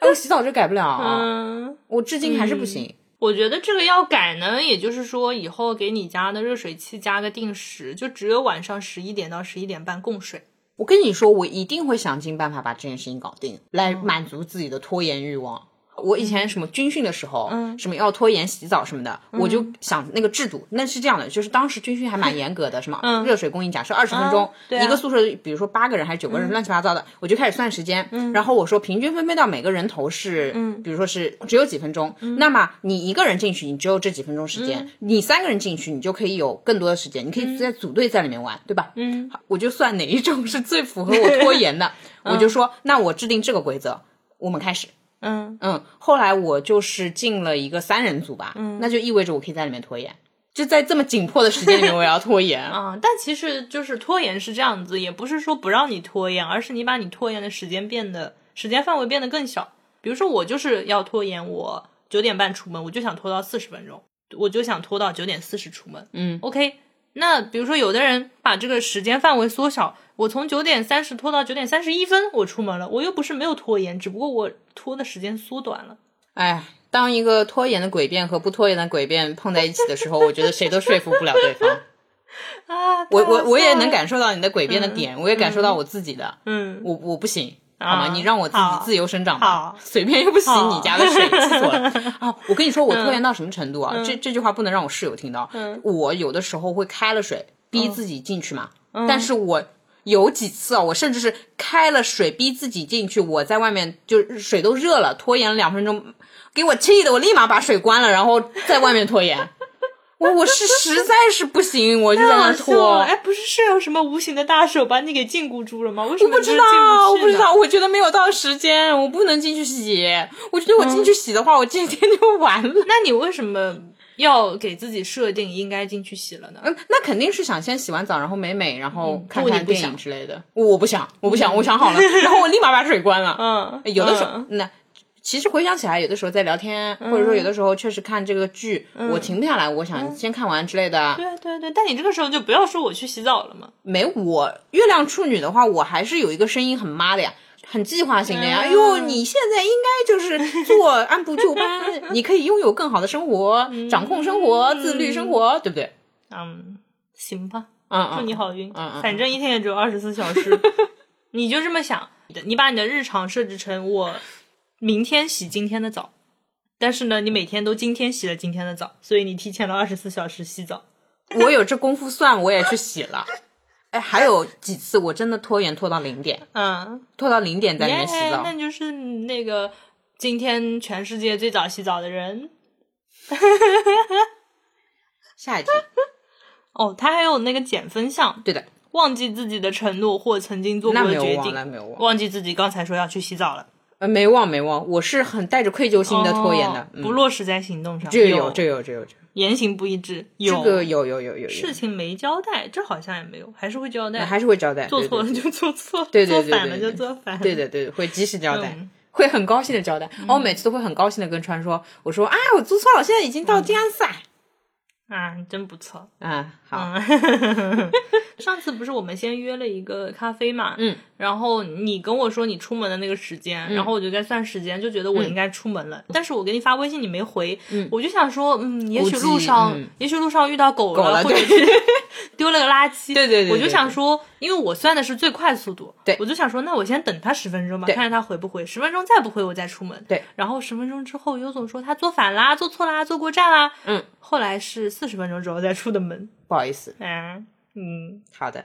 Speaker 1: 哎，我洗澡就改不了，
Speaker 2: 嗯，
Speaker 1: 我至今还是不行。
Speaker 2: 我觉得这个要改呢，也就是说以后给你家的热水器加个定时，就只有晚上十一点到十一点半供水。
Speaker 1: 我跟你说，我一定会想尽办法把这件事情搞定，来
Speaker 2: 嗯
Speaker 1: 满足自己的拖延欲望。我以前什么军训的时候，
Speaker 2: 嗯
Speaker 1: 什么要拖延洗澡什么的，我就想那个制度，那是这样的，就是当时军训还蛮严格的，什么热水供应假设二十分钟，
Speaker 2: 嗯对啊嗯
Speaker 1: 一个宿舍比如说八个人还是九个人，乱七八糟的，我就开始算时间，然后我说平均分配到每个人头是，
Speaker 2: 嗯
Speaker 1: 比如说是只有几分钟，那么你一个人进去，你只有这几分钟时
Speaker 2: 嗯
Speaker 1: 间，你三个人进去，你就可以有更多的时间，你可以在组队在里面玩，对吧？嗯，我就算哪一种是 最符合我拖延的，我就说那我制定这个规则，我们开始。
Speaker 2: 嗯，
Speaker 1: 嗯，后来我就是进了一个三人组吧，嗯，那就意味着我可以在里面拖延，就在这么紧迫的时间里面，我也要拖 延。
Speaker 2: 啊，但其实就是拖延是这样子，也不是说不让你拖延，而是你把你拖延的时间变得时间范围变得更小。比如说，我就是要拖延，我九点半出门，我就想拖到四十分钟，我就想拖到九点四十出门。
Speaker 1: 嗯
Speaker 2: ，OK。那比如说，有的人把这个时间范围缩小，我从九点三十拖到九点三十一分，我出门了，我又不是没有拖延，只不过我拖的时间缩短了。
Speaker 1: 哎，当一个拖延的诡辩和不拖延的诡辩碰在一起的时候，我觉得谁都说服不了对方。
Speaker 2: 啊，
Speaker 1: 我我我也
Speaker 2: 太好笑了
Speaker 1: 能，感受到你的诡辩的点，我也感受到我自己的，
Speaker 2: 嗯，
Speaker 1: 我我不行。好吗？
Speaker 2: 啊
Speaker 1: 你让我自己
Speaker 2: 好
Speaker 1: 自由生长吧
Speaker 2: 好，
Speaker 1: 随便又不洗
Speaker 2: 好嗯
Speaker 1: 你家的水，气死我了 啊！我跟你说，我拖延到什么程度啊？这这句话不能让我室友听到。我有的时候会开了水，
Speaker 2: 嗯
Speaker 1: 逼自己进去嘛。但是我有几次啊，我甚至是开了水逼自己进去，我在外面就是水都热了，拖延了两分钟，给我气的，我立马把水关了，然后在外面拖延。 我我是实在是不行，我就在那
Speaker 2: 好
Speaker 1: 儿
Speaker 2: 笑了
Speaker 1: 拖。
Speaker 2: 哎，不是是有什么无形的大手把你给禁锢住了吗？为什
Speaker 1: 我
Speaker 2: 么
Speaker 1: 不
Speaker 2: 你
Speaker 1: 知
Speaker 2: 就是进
Speaker 1: 道，我
Speaker 2: 去
Speaker 1: 不知
Speaker 2: 呢。
Speaker 1: 道，我觉得没有到时间，我不能进去洗。我觉得我进去洗的话，我今天就完了。
Speaker 2: 那你为什么要给自己设定应该进去洗了呢？
Speaker 1: 嗯，那肯定是想先洗完澡，然后美美，然后看
Speaker 2: 不你
Speaker 1: 看
Speaker 2: 不
Speaker 1: 电
Speaker 2: 想
Speaker 1: 影之类的。我不想，我不想，我想 好了，然后我立马把水关了。
Speaker 2: 嗯，
Speaker 1: 有的时候
Speaker 2: 嗯，
Speaker 1: 那其实回想起来，有的时候在聊天，或者说有的时候确实看这个剧，我停不下来，我想先看完之类的。
Speaker 2: 对对对，但你这个时候就不要说我去洗澡了嘛。
Speaker 1: 没我月亮处女的话，我还是有一个声音很妈的呀，很计划型
Speaker 2: 嗯
Speaker 1: 的呀。哎呦，你现在应该就是做按部就班，你可以拥有更好的生活，掌控生活，自律生活，对不对？
Speaker 2: 嗯，行吧，
Speaker 1: 嗯嗯，
Speaker 2: 祝你好运。
Speaker 1: 嗯嗯
Speaker 2: 反正一天也只有二十四小 时，你就这么想，你把你的日常设置成我明天洗今天的澡，但是呢，你每天都今天洗了今天的澡，所以你提前了二十四小时洗澡。
Speaker 1: 嗯我有这功夫算，我也去洗了。哎，还有几次我真的拖延拖到零点，
Speaker 2: 嗯，
Speaker 1: 拖到零点在里
Speaker 2: 耶
Speaker 1: 面洗澡
Speaker 2: 那。就是那个今天全世界最早洗澡的人。
Speaker 1: 下一题，
Speaker 2: 哦，他还有那个减分项，
Speaker 1: 对的，
Speaker 2: 忘记自己的承诺或曾经做
Speaker 1: 那
Speaker 2: 过
Speaker 1: 没
Speaker 2: 的
Speaker 1: 有
Speaker 2: 决
Speaker 1: 忘，
Speaker 2: 定，
Speaker 1: 那没有忘。
Speaker 2: 忘记自己刚才说要去洗澡了。
Speaker 1: 呃，没忘没忘，我是很带着愧疚心的拖延的，
Speaker 2: 哦
Speaker 1: 嗯
Speaker 2: 不落实在行动上，
Speaker 1: 这个
Speaker 2: 有
Speaker 1: 有这个有这个有这个
Speaker 2: 言行不一致，有
Speaker 1: 有这个有有有有
Speaker 2: 事
Speaker 1: 有，
Speaker 2: 情没交代，这好像也没有，还是会交代，
Speaker 1: 还是会交代，
Speaker 2: 做
Speaker 1: 对
Speaker 2: 错
Speaker 1: 对
Speaker 2: 了就做错，
Speaker 1: 对对对对
Speaker 2: 做反了
Speaker 1: 对
Speaker 2: 就做 反，
Speaker 1: 对的，对的，会及时交代，
Speaker 2: 嗯
Speaker 1: 会很高兴的交代。哦，我每次都会很高兴的跟川说，我说啊，我做错了，现在已经到这样子啊。
Speaker 2: 啊，真不错。
Speaker 1: 啊，好，
Speaker 2: 嗯，上次不是我们先约了一个咖啡嘛，
Speaker 1: 嗯，
Speaker 2: 然后你跟我说你出门的那个时间，然后我就在算时间，就觉得我应该出门
Speaker 1: 嗯
Speaker 2: 了，但是我给你发微信你没回，我就想说，嗯，也许
Speaker 1: 估计
Speaker 2: 路上，
Speaker 1: 嗯
Speaker 2: 也许路上遇到狗了，
Speaker 1: 狗了
Speaker 2: 或者
Speaker 1: 对
Speaker 2: 是 丢了个垃圾，
Speaker 1: 对对对对
Speaker 2: 我就想说，因为我算的是最快速度，
Speaker 1: 对
Speaker 2: 我就想说，那我先等他十分钟吧，
Speaker 1: 对
Speaker 2: 看看他回不回，十分钟再不回我再出门，
Speaker 1: 对，
Speaker 2: 然后十分钟之后，尤总说他做反啦，做错啦，坐过站啦，
Speaker 1: 嗯，
Speaker 2: 后来是四十分钟之后再出的门。
Speaker 1: 不好意思，
Speaker 2: 嗯，嗯，
Speaker 1: 好的，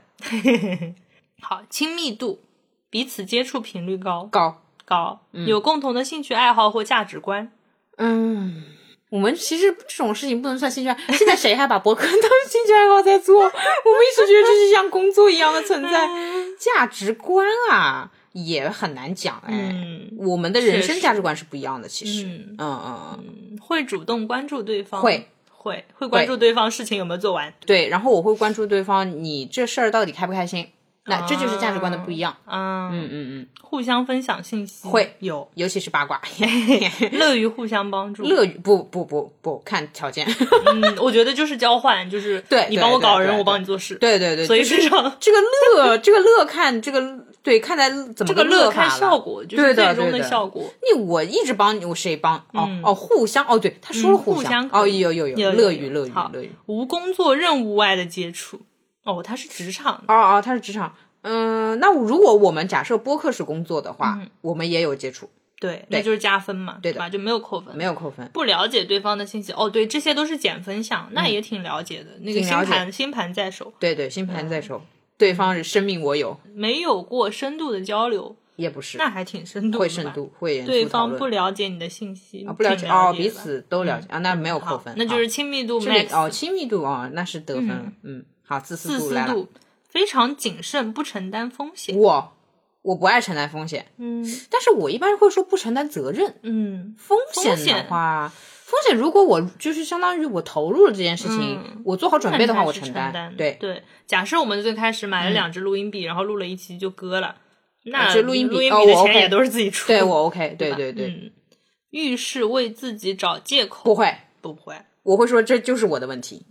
Speaker 2: 好，亲密度，彼此接触频率高
Speaker 1: 高，
Speaker 2: 高，有共同的兴趣爱好或价值观。
Speaker 1: 嗯。我们其实这种事情不能算兴趣爱，现在谁还把博客当兴趣爱好在做？我们一直觉得这是像工作一样的存 在。价值观啊，也很难讲哎。
Speaker 2: 嗯
Speaker 1: 我们的人
Speaker 2: 确
Speaker 1: 生
Speaker 2: 实
Speaker 1: 价值观是不一样的，其实，
Speaker 2: 嗯
Speaker 1: 嗯嗯嗯，
Speaker 2: 会主动关注对方，
Speaker 1: 会
Speaker 2: 会会关注对方事情有没有做完。
Speaker 1: 对。然后我会关注对方，你这事儿到底开不开心？那这就是价值观的不一样。
Speaker 2: 嗯，
Speaker 1: 嗯嗯
Speaker 2: 互相分享信息
Speaker 1: 会
Speaker 2: 有
Speaker 1: 嗯，，尤其是八卦，
Speaker 2: 乐于互相帮助。
Speaker 1: 乐于不不不不看条件。
Speaker 2: 嗯，我觉得就是交换，就是
Speaker 1: 对
Speaker 2: 你
Speaker 1: 对
Speaker 2: 帮我
Speaker 1: 对
Speaker 2: 搞
Speaker 1: 对
Speaker 2: 人，
Speaker 1: 对
Speaker 2: 我帮你做事。，
Speaker 1: 对对对，
Speaker 2: 所以
Speaker 1: 就是
Speaker 2: 非常
Speaker 1: 这个乐，这个乐看这个对看在怎么
Speaker 2: 这个乐
Speaker 1: 法
Speaker 2: 看
Speaker 1: 了
Speaker 2: 效。果，就
Speaker 1: 对
Speaker 2: 是
Speaker 1: 的
Speaker 2: 最
Speaker 1: 对
Speaker 2: 终的
Speaker 1: 的
Speaker 2: 效果。
Speaker 1: 你我一直帮你，我谁帮？哦、哦，互相哦，对，他说了
Speaker 2: 嗯互
Speaker 1: 相，
Speaker 2: 相可
Speaker 1: 哦，
Speaker 2: 以
Speaker 1: 有有有，
Speaker 2: 有
Speaker 1: 乐
Speaker 2: 有
Speaker 1: 于
Speaker 2: 有
Speaker 1: 乐于
Speaker 2: 好
Speaker 1: 乐于。
Speaker 2: 无工作任务外的接触，哦，它是职场
Speaker 1: 哦哦，他是职场。嗯，那如果我们假设播客是工作的话，
Speaker 2: 嗯
Speaker 1: 我们也有接触，
Speaker 2: 对，那就是加分嘛，对
Speaker 1: 的
Speaker 2: 吧？就没有扣分，
Speaker 1: 没有扣分。
Speaker 2: 不了解对方的信息，哦，对，这些都是减分项，那也挺了解的。那
Speaker 1: 嗯
Speaker 2: 个
Speaker 1: 挺
Speaker 2: 星
Speaker 1: 了解
Speaker 2: 盘星盘在手，
Speaker 1: 对对，星盘
Speaker 2: 嗯
Speaker 1: 在手，对方是生命我有，
Speaker 2: 没有过深度的交流，
Speaker 1: 也不是
Speaker 2: 那还挺深度的，
Speaker 1: 会深。度，会严肃
Speaker 2: 对
Speaker 1: 讨
Speaker 2: 方
Speaker 1: 论
Speaker 2: 不了解你的信息，
Speaker 1: 不了
Speaker 2: 挺
Speaker 1: 解
Speaker 2: 了
Speaker 1: 哦，
Speaker 2: 解
Speaker 1: 彼
Speaker 2: 的吧
Speaker 1: 此都了解、啊，那没有扣
Speaker 2: 好
Speaker 1: 分，
Speaker 2: 那就
Speaker 1: 好
Speaker 2: 是亲密度
Speaker 1: 这里
Speaker 2: max，
Speaker 1: 哦，亲密度哦，那是得分了，嗯，好，自私
Speaker 2: 自
Speaker 1: 度
Speaker 2: 私
Speaker 1: 来了，哦
Speaker 2: 度非常谨慎，不承担风险。
Speaker 1: 我我不爱承担风险，
Speaker 2: 嗯
Speaker 1: 但是我一般会说不承担责任，
Speaker 2: 嗯，
Speaker 1: 风
Speaker 2: 险
Speaker 1: 险的话，风险如果我就是相当于我投入了这件事情，我做好准备的话，
Speaker 2: 嗯那你
Speaker 1: 我
Speaker 2: 才是
Speaker 1: 承
Speaker 2: 担。
Speaker 1: 对，嗯
Speaker 2: 对，假设我们最开始买了两支录音笔，然后录了一期就割了，那
Speaker 1: 就录音笔
Speaker 2: 录音
Speaker 1: 哦
Speaker 2: 笔的
Speaker 1: 我
Speaker 2: 钱
Speaker 1: OK
Speaker 2: 也都是自己出。
Speaker 1: 对我 OK，对
Speaker 2: 吧
Speaker 1: 对对，
Speaker 2: 嗯，遇事为自己找借口
Speaker 1: 不会，
Speaker 2: 不会，
Speaker 1: 我会说这就是我的问题，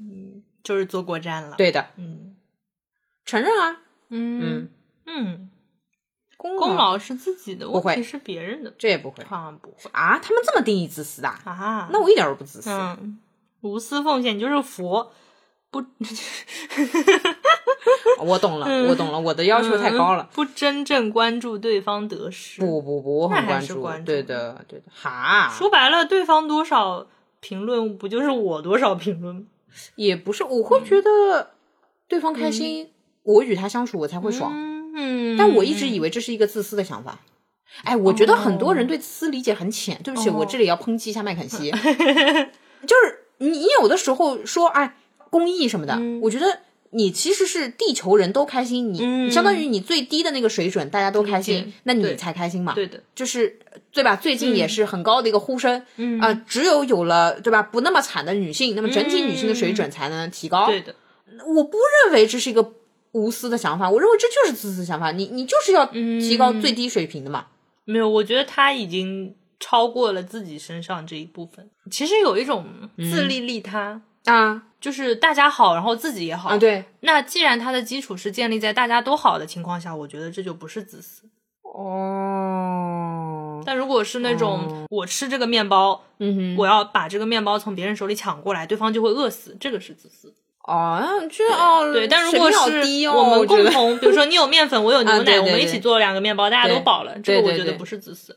Speaker 2: 就是坐过站了。，
Speaker 1: 对的，
Speaker 2: 嗯
Speaker 1: 承认啊，嗯
Speaker 2: 嗯嗯，
Speaker 1: 功
Speaker 2: 功劳是自己的，
Speaker 1: 不
Speaker 2: 问
Speaker 1: 会
Speaker 2: 题是别人的，
Speaker 1: 这也不会
Speaker 2: 好像不会
Speaker 1: 啊，他们这么定义自私的啊，
Speaker 2: 啊。
Speaker 1: 那我一点都不自私，
Speaker 2: 嗯，无私奉献你就是佛，不
Speaker 1: 我懂了，
Speaker 2: 嗯
Speaker 1: 我懂了，我的要求太高了。
Speaker 2: 不真正关注对方得失。
Speaker 1: 不不不，我
Speaker 2: 嗯那
Speaker 1: 很
Speaker 2: 还
Speaker 1: 关
Speaker 2: 是
Speaker 1: 注，
Speaker 2: 关注
Speaker 1: 对的对的。哈，
Speaker 2: 说白了，对方多少评论，不就是我多少评论吗？
Speaker 1: 也不是，我会
Speaker 2: 嗯
Speaker 1: 觉得对方开心，我与他相处我才会爽。
Speaker 2: 嗯，
Speaker 1: 但我一直以为这是一个自私的想法。哎，我觉得很多人对自私理解很浅。对不起，
Speaker 2: 哦
Speaker 1: 我这里要抨击一下麦肯 锡，就是你你有的时候说哎公益什么的，我觉得。你其实是地球人都开心，你、
Speaker 2: 嗯
Speaker 1: 相当于你最低的那个水准，大家都开
Speaker 2: 理
Speaker 1: 心
Speaker 2: 解，
Speaker 1: 那
Speaker 2: 对
Speaker 1: 你才开心嘛。
Speaker 2: 对的，
Speaker 1: 就是对吧？最近也是很高的一个呼声，嗯啊、只有有了对吧不那么惨的女性，那么整体女性的水准才能提高。
Speaker 2: 对的，
Speaker 1: 我不认为这是一个无私的想法，我认为这就是自私想法。你你就是要提高最低水平的嘛。
Speaker 2: 没有，我觉得他已经超过了自己身上这一部分。其实有一种自
Speaker 1: 嗯
Speaker 2: 利利他，
Speaker 1: 啊
Speaker 2: 就是大家好，然后自己也好。
Speaker 1: 啊，对，
Speaker 2: 那既然他的基础是建立在大家都好的情况下，我觉得这就不是自私。
Speaker 1: 哦，
Speaker 2: 但如果是那种我吃这个面包，
Speaker 1: 嗯哼，
Speaker 2: 我要把这个面包从别人手里抢过来，对方就会饿死，这个是自私。
Speaker 1: 哦，这哦，
Speaker 2: 对，但如果
Speaker 1: 水
Speaker 2: 是
Speaker 1: 平好低哦，
Speaker 2: 我们
Speaker 1: 觉
Speaker 2: 共
Speaker 1: 得
Speaker 2: 同，比如说你有面粉，我有牛奶，
Speaker 1: 啊对对
Speaker 2: 我们一起做两个面包，大家都
Speaker 1: 对
Speaker 2: 饱了，这个我
Speaker 1: 对
Speaker 2: 觉
Speaker 1: 对
Speaker 2: 得
Speaker 1: 对
Speaker 2: 不是自私。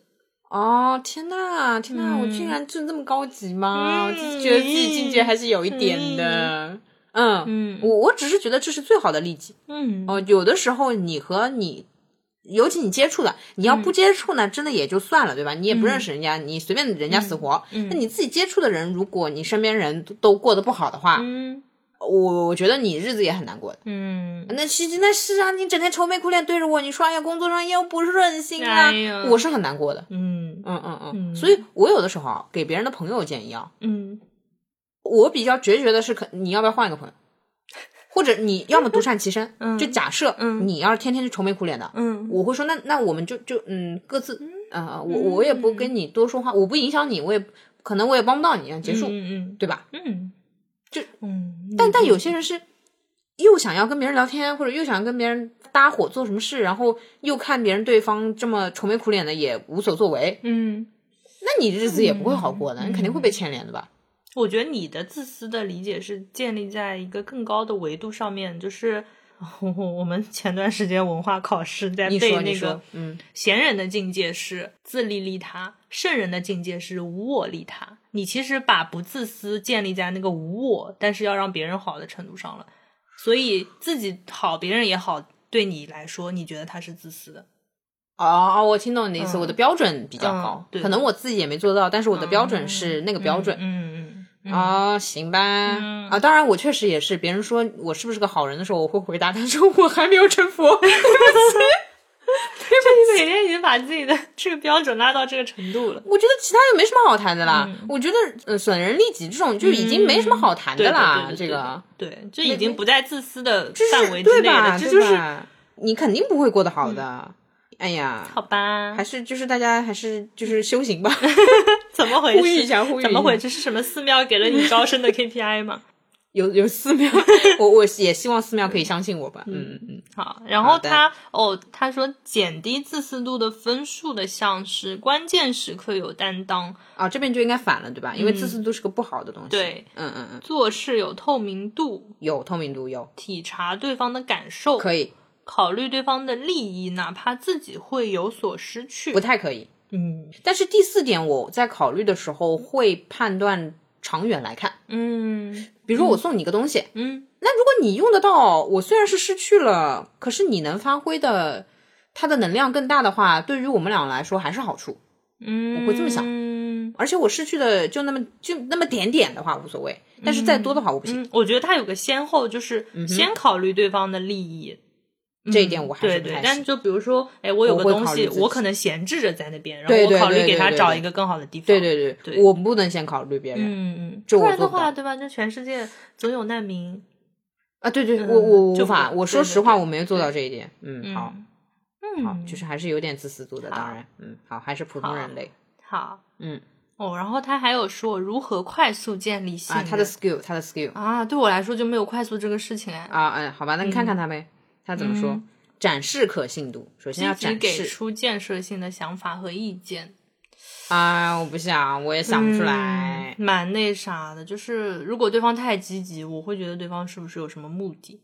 Speaker 1: 哦，天呐，天呐，我竟然真这么高级吗？我
Speaker 2: 嗯
Speaker 1: 自觉得自己境界还是有一点的。嗯
Speaker 2: 嗯
Speaker 1: 我我只是觉得这是最好的利己。
Speaker 2: 嗯，
Speaker 1: 哦，有的时候你和你，尤其你接触的，你要
Speaker 2: 嗯
Speaker 1: 不接触呢，真的也就算了，对吧？你也不认识人家，你随
Speaker 2: 嗯
Speaker 1: 便人家死活。那、你自己接触的人，如果你身边人都都过得不好的话，
Speaker 2: 嗯
Speaker 1: 我我觉得你日子也很难过的。
Speaker 2: 嗯，
Speaker 1: 那其实那是啊，你整天愁眉苦脸对着我，你说哎呀工作上又不顺心啊，
Speaker 2: 哎呀
Speaker 1: 我是很难过的。
Speaker 2: 嗯
Speaker 1: 嗯嗯嗯，
Speaker 2: 嗯
Speaker 1: 所以我有的时候啊给别人的朋友建议啊，
Speaker 2: 嗯，
Speaker 1: 我比较决绝的是，可你要不要换一个朋友，或者你要么独善其身。
Speaker 2: 嗯
Speaker 1: 就假设
Speaker 2: 嗯
Speaker 1: 你要是天天就愁眉苦脸的，
Speaker 2: 嗯
Speaker 1: 我会说那那我们就就嗯各自啊、我我也不
Speaker 2: 嗯
Speaker 1: 跟你多说话，我不影响你，我也可能我也帮不到你，结束、
Speaker 2: 嗯
Speaker 1: 对吧？
Speaker 2: 嗯嗯，
Speaker 1: 就
Speaker 2: 嗯，
Speaker 1: 但但有些人是又想要跟别人聊天，或者又想跟别人搭伙做什么事，然后又看别人对方这么愁眉苦脸的也无所作为，
Speaker 2: 嗯。
Speaker 1: 那你日子也不会好过的，你肯定会被牵连的吧？
Speaker 2: 嗯我觉得你的自私的理解是建立在一个更高的维度上面，就是我我们前段时间文化考试在
Speaker 1: 你说
Speaker 2: 背
Speaker 1: 你
Speaker 2: 那
Speaker 1: 说
Speaker 2: 个，
Speaker 1: 嗯，
Speaker 2: 贤人的境界是自利利他，圣人的境界是无我利他。你其实把不自私建立在那个无我，但是要让别人好的程度上了，所以自己好，别人也好，对你来说，你觉得他是自私的。
Speaker 1: 哦哦，我听懂你的意思，
Speaker 2: 嗯
Speaker 1: 我的标准比较高
Speaker 2: 嗯，对
Speaker 1: 可能我自己也没做到，但是我的标准是那个标准。
Speaker 2: 嗯嗯嗯，
Speaker 1: 哦，行吧，啊，当然我确实也是，别人说我是不是个好人的时候，我会回答他说我还没有成 佛。
Speaker 2: 就是你每天已经把自己的 这个标准拉到这个程度了。
Speaker 1: 我觉得其他的没什么好谈的啦，
Speaker 2: 嗯
Speaker 1: 我觉得呃损人利己这种就已经没什么好谈的啦，
Speaker 2: 对对对对
Speaker 1: 这个
Speaker 2: 对，这已经不在自私的
Speaker 1: 就是
Speaker 2: 范围之
Speaker 1: 对
Speaker 2: 内
Speaker 1: 吧？
Speaker 2: 了，
Speaker 1: 这
Speaker 2: 这
Speaker 1: 就
Speaker 2: 就是嗯
Speaker 1: 是你肯定不会过得好的。哎呀，
Speaker 2: 好吧
Speaker 1: 还？是就是大家还是就是修行吧，
Speaker 2: 怎么回
Speaker 1: 呼吁一
Speaker 2: 事？
Speaker 1: 下，呼吁一下
Speaker 2: 怎么回事？是什么寺庙给了你 招生的 KPI 吗？
Speaker 1: 有有寺庙， 我我也希望寺庙可以相信我吧。嗯嗯嗯，
Speaker 2: 好，然
Speaker 1: 好
Speaker 2: 后
Speaker 1: 的
Speaker 2: 他哦，他说减低自私度的分数的项是关键时刻有担当，
Speaker 1: 啊，这边就应该反了，对吧？因为自私度是个不好的东西。
Speaker 2: 嗯对，
Speaker 1: 嗯嗯嗯，
Speaker 2: 做事有透明度，
Speaker 1: 有透明度，有
Speaker 2: 体察对方的感受，
Speaker 1: 可以，
Speaker 2: 考虑对方的利益，哪怕自己会有所失去
Speaker 1: 不。太可以。
Speaker 2: 嗯
Speaker 1: 但是第四点，我在考虑的时候会判断长远来看。
Speaker 2: 嗯
Speaker 1: 比如说我送你一个东西，
Speaker 2: 嗯
Speaker 1: 那如果你用得到，我虽然是失去了，可是你能发挥的它的能量更大的话，对于我们俩来说还是好处。
Speaker 2: 嗯，
Speaker 1: 我会这么想
Speaker 2: 嗯
Speaker 1: 而且我失去的就那么就那么点点的话无所谓，但是再多的话我不行。
Speaker 2: 嗯，我觉得他有个先后，就是先考虑对方的利益。嗯
Speaker 1: 嗯这一点我还是
Speaker 2: 对
Speaker 1: 不太
Speaker 2: 对，
Speaker 1: 行
Speaker 2: 但就比如说，哎，我有
Speaker 1: 我
Speaker 2: 个
Speaker 1: 会
Speaker 2: 东
Speaker 1: 考虑
Speaker 2: 西，
Speaker 1: 自己
Speaker 2: 我可能闲置着在那边，然后
Speaker 1: 对对
Speaker 2: 我考虑
Speaker 1: 对
Speaker 2: 给他
Speaker 1: 对
Speaker 2: 找
Speaker 1: 对
Speaker 2: 一个更好的地方。
Speaker 1: 对对对，
Speaker 2: 对
Speaker 1: 我不能先考虑别人、
Speaker 2: 嗯，嗯
Speaker 1: 这
Speaker 2: 嗯，
Speaker 1: 我
Speaker 2: 不然
Speaker 1: 做
Speaker 2: 的
Speaker 1: 不到
Speaker 2: 话，对吧？那全世界总有难民。
Speaker 1: 啊。对对，
Speaker 2: 嗯
Speaker 1: 我我
Speaker 2: 就
Speaker 1: 无法，
Speaker 2: 不
Speaker 1: 我说
Speaker 2: 对对
Speaker 1: 实话，
Speaker 2: 对
Speaker 1: 我没有做到这一点。嗯，好，
Speaker 2: 嗯，
Speaker 1: 好，就是还是有点自私度的，
Speaker 2: 好
Speaker 1: 当然，嗯，好，还是普通人类
Speaker 2: 好，
Speaker 1: 嗯，
Speaker 2: 哦，然后他还有说如何快速建立信
Speaker 1: 啊。
Speaker 2: 任
Speaker 1: 他的 skill，他的 skill
Speaker 2: 啊，对我来说就没有快速这个事情哎，
Speaker 1: 啊，嗯，好吧，那你看看他呗，他怎么说？
Speaker 2: 嗯
Speaker 1: 展示可信度，首先要
Speaker 2: 积极
Speaker 1: 展
Speaker 2: 给
Speaker 1: 示
Speaker 2: 出建设性的想法和意见。
Speaker 1: 啊，我不想，我也想不出来。
Speaker 2: 嗯蛮那啥的。就是如果对方太积极，我会觉得对方是不是有什么目的？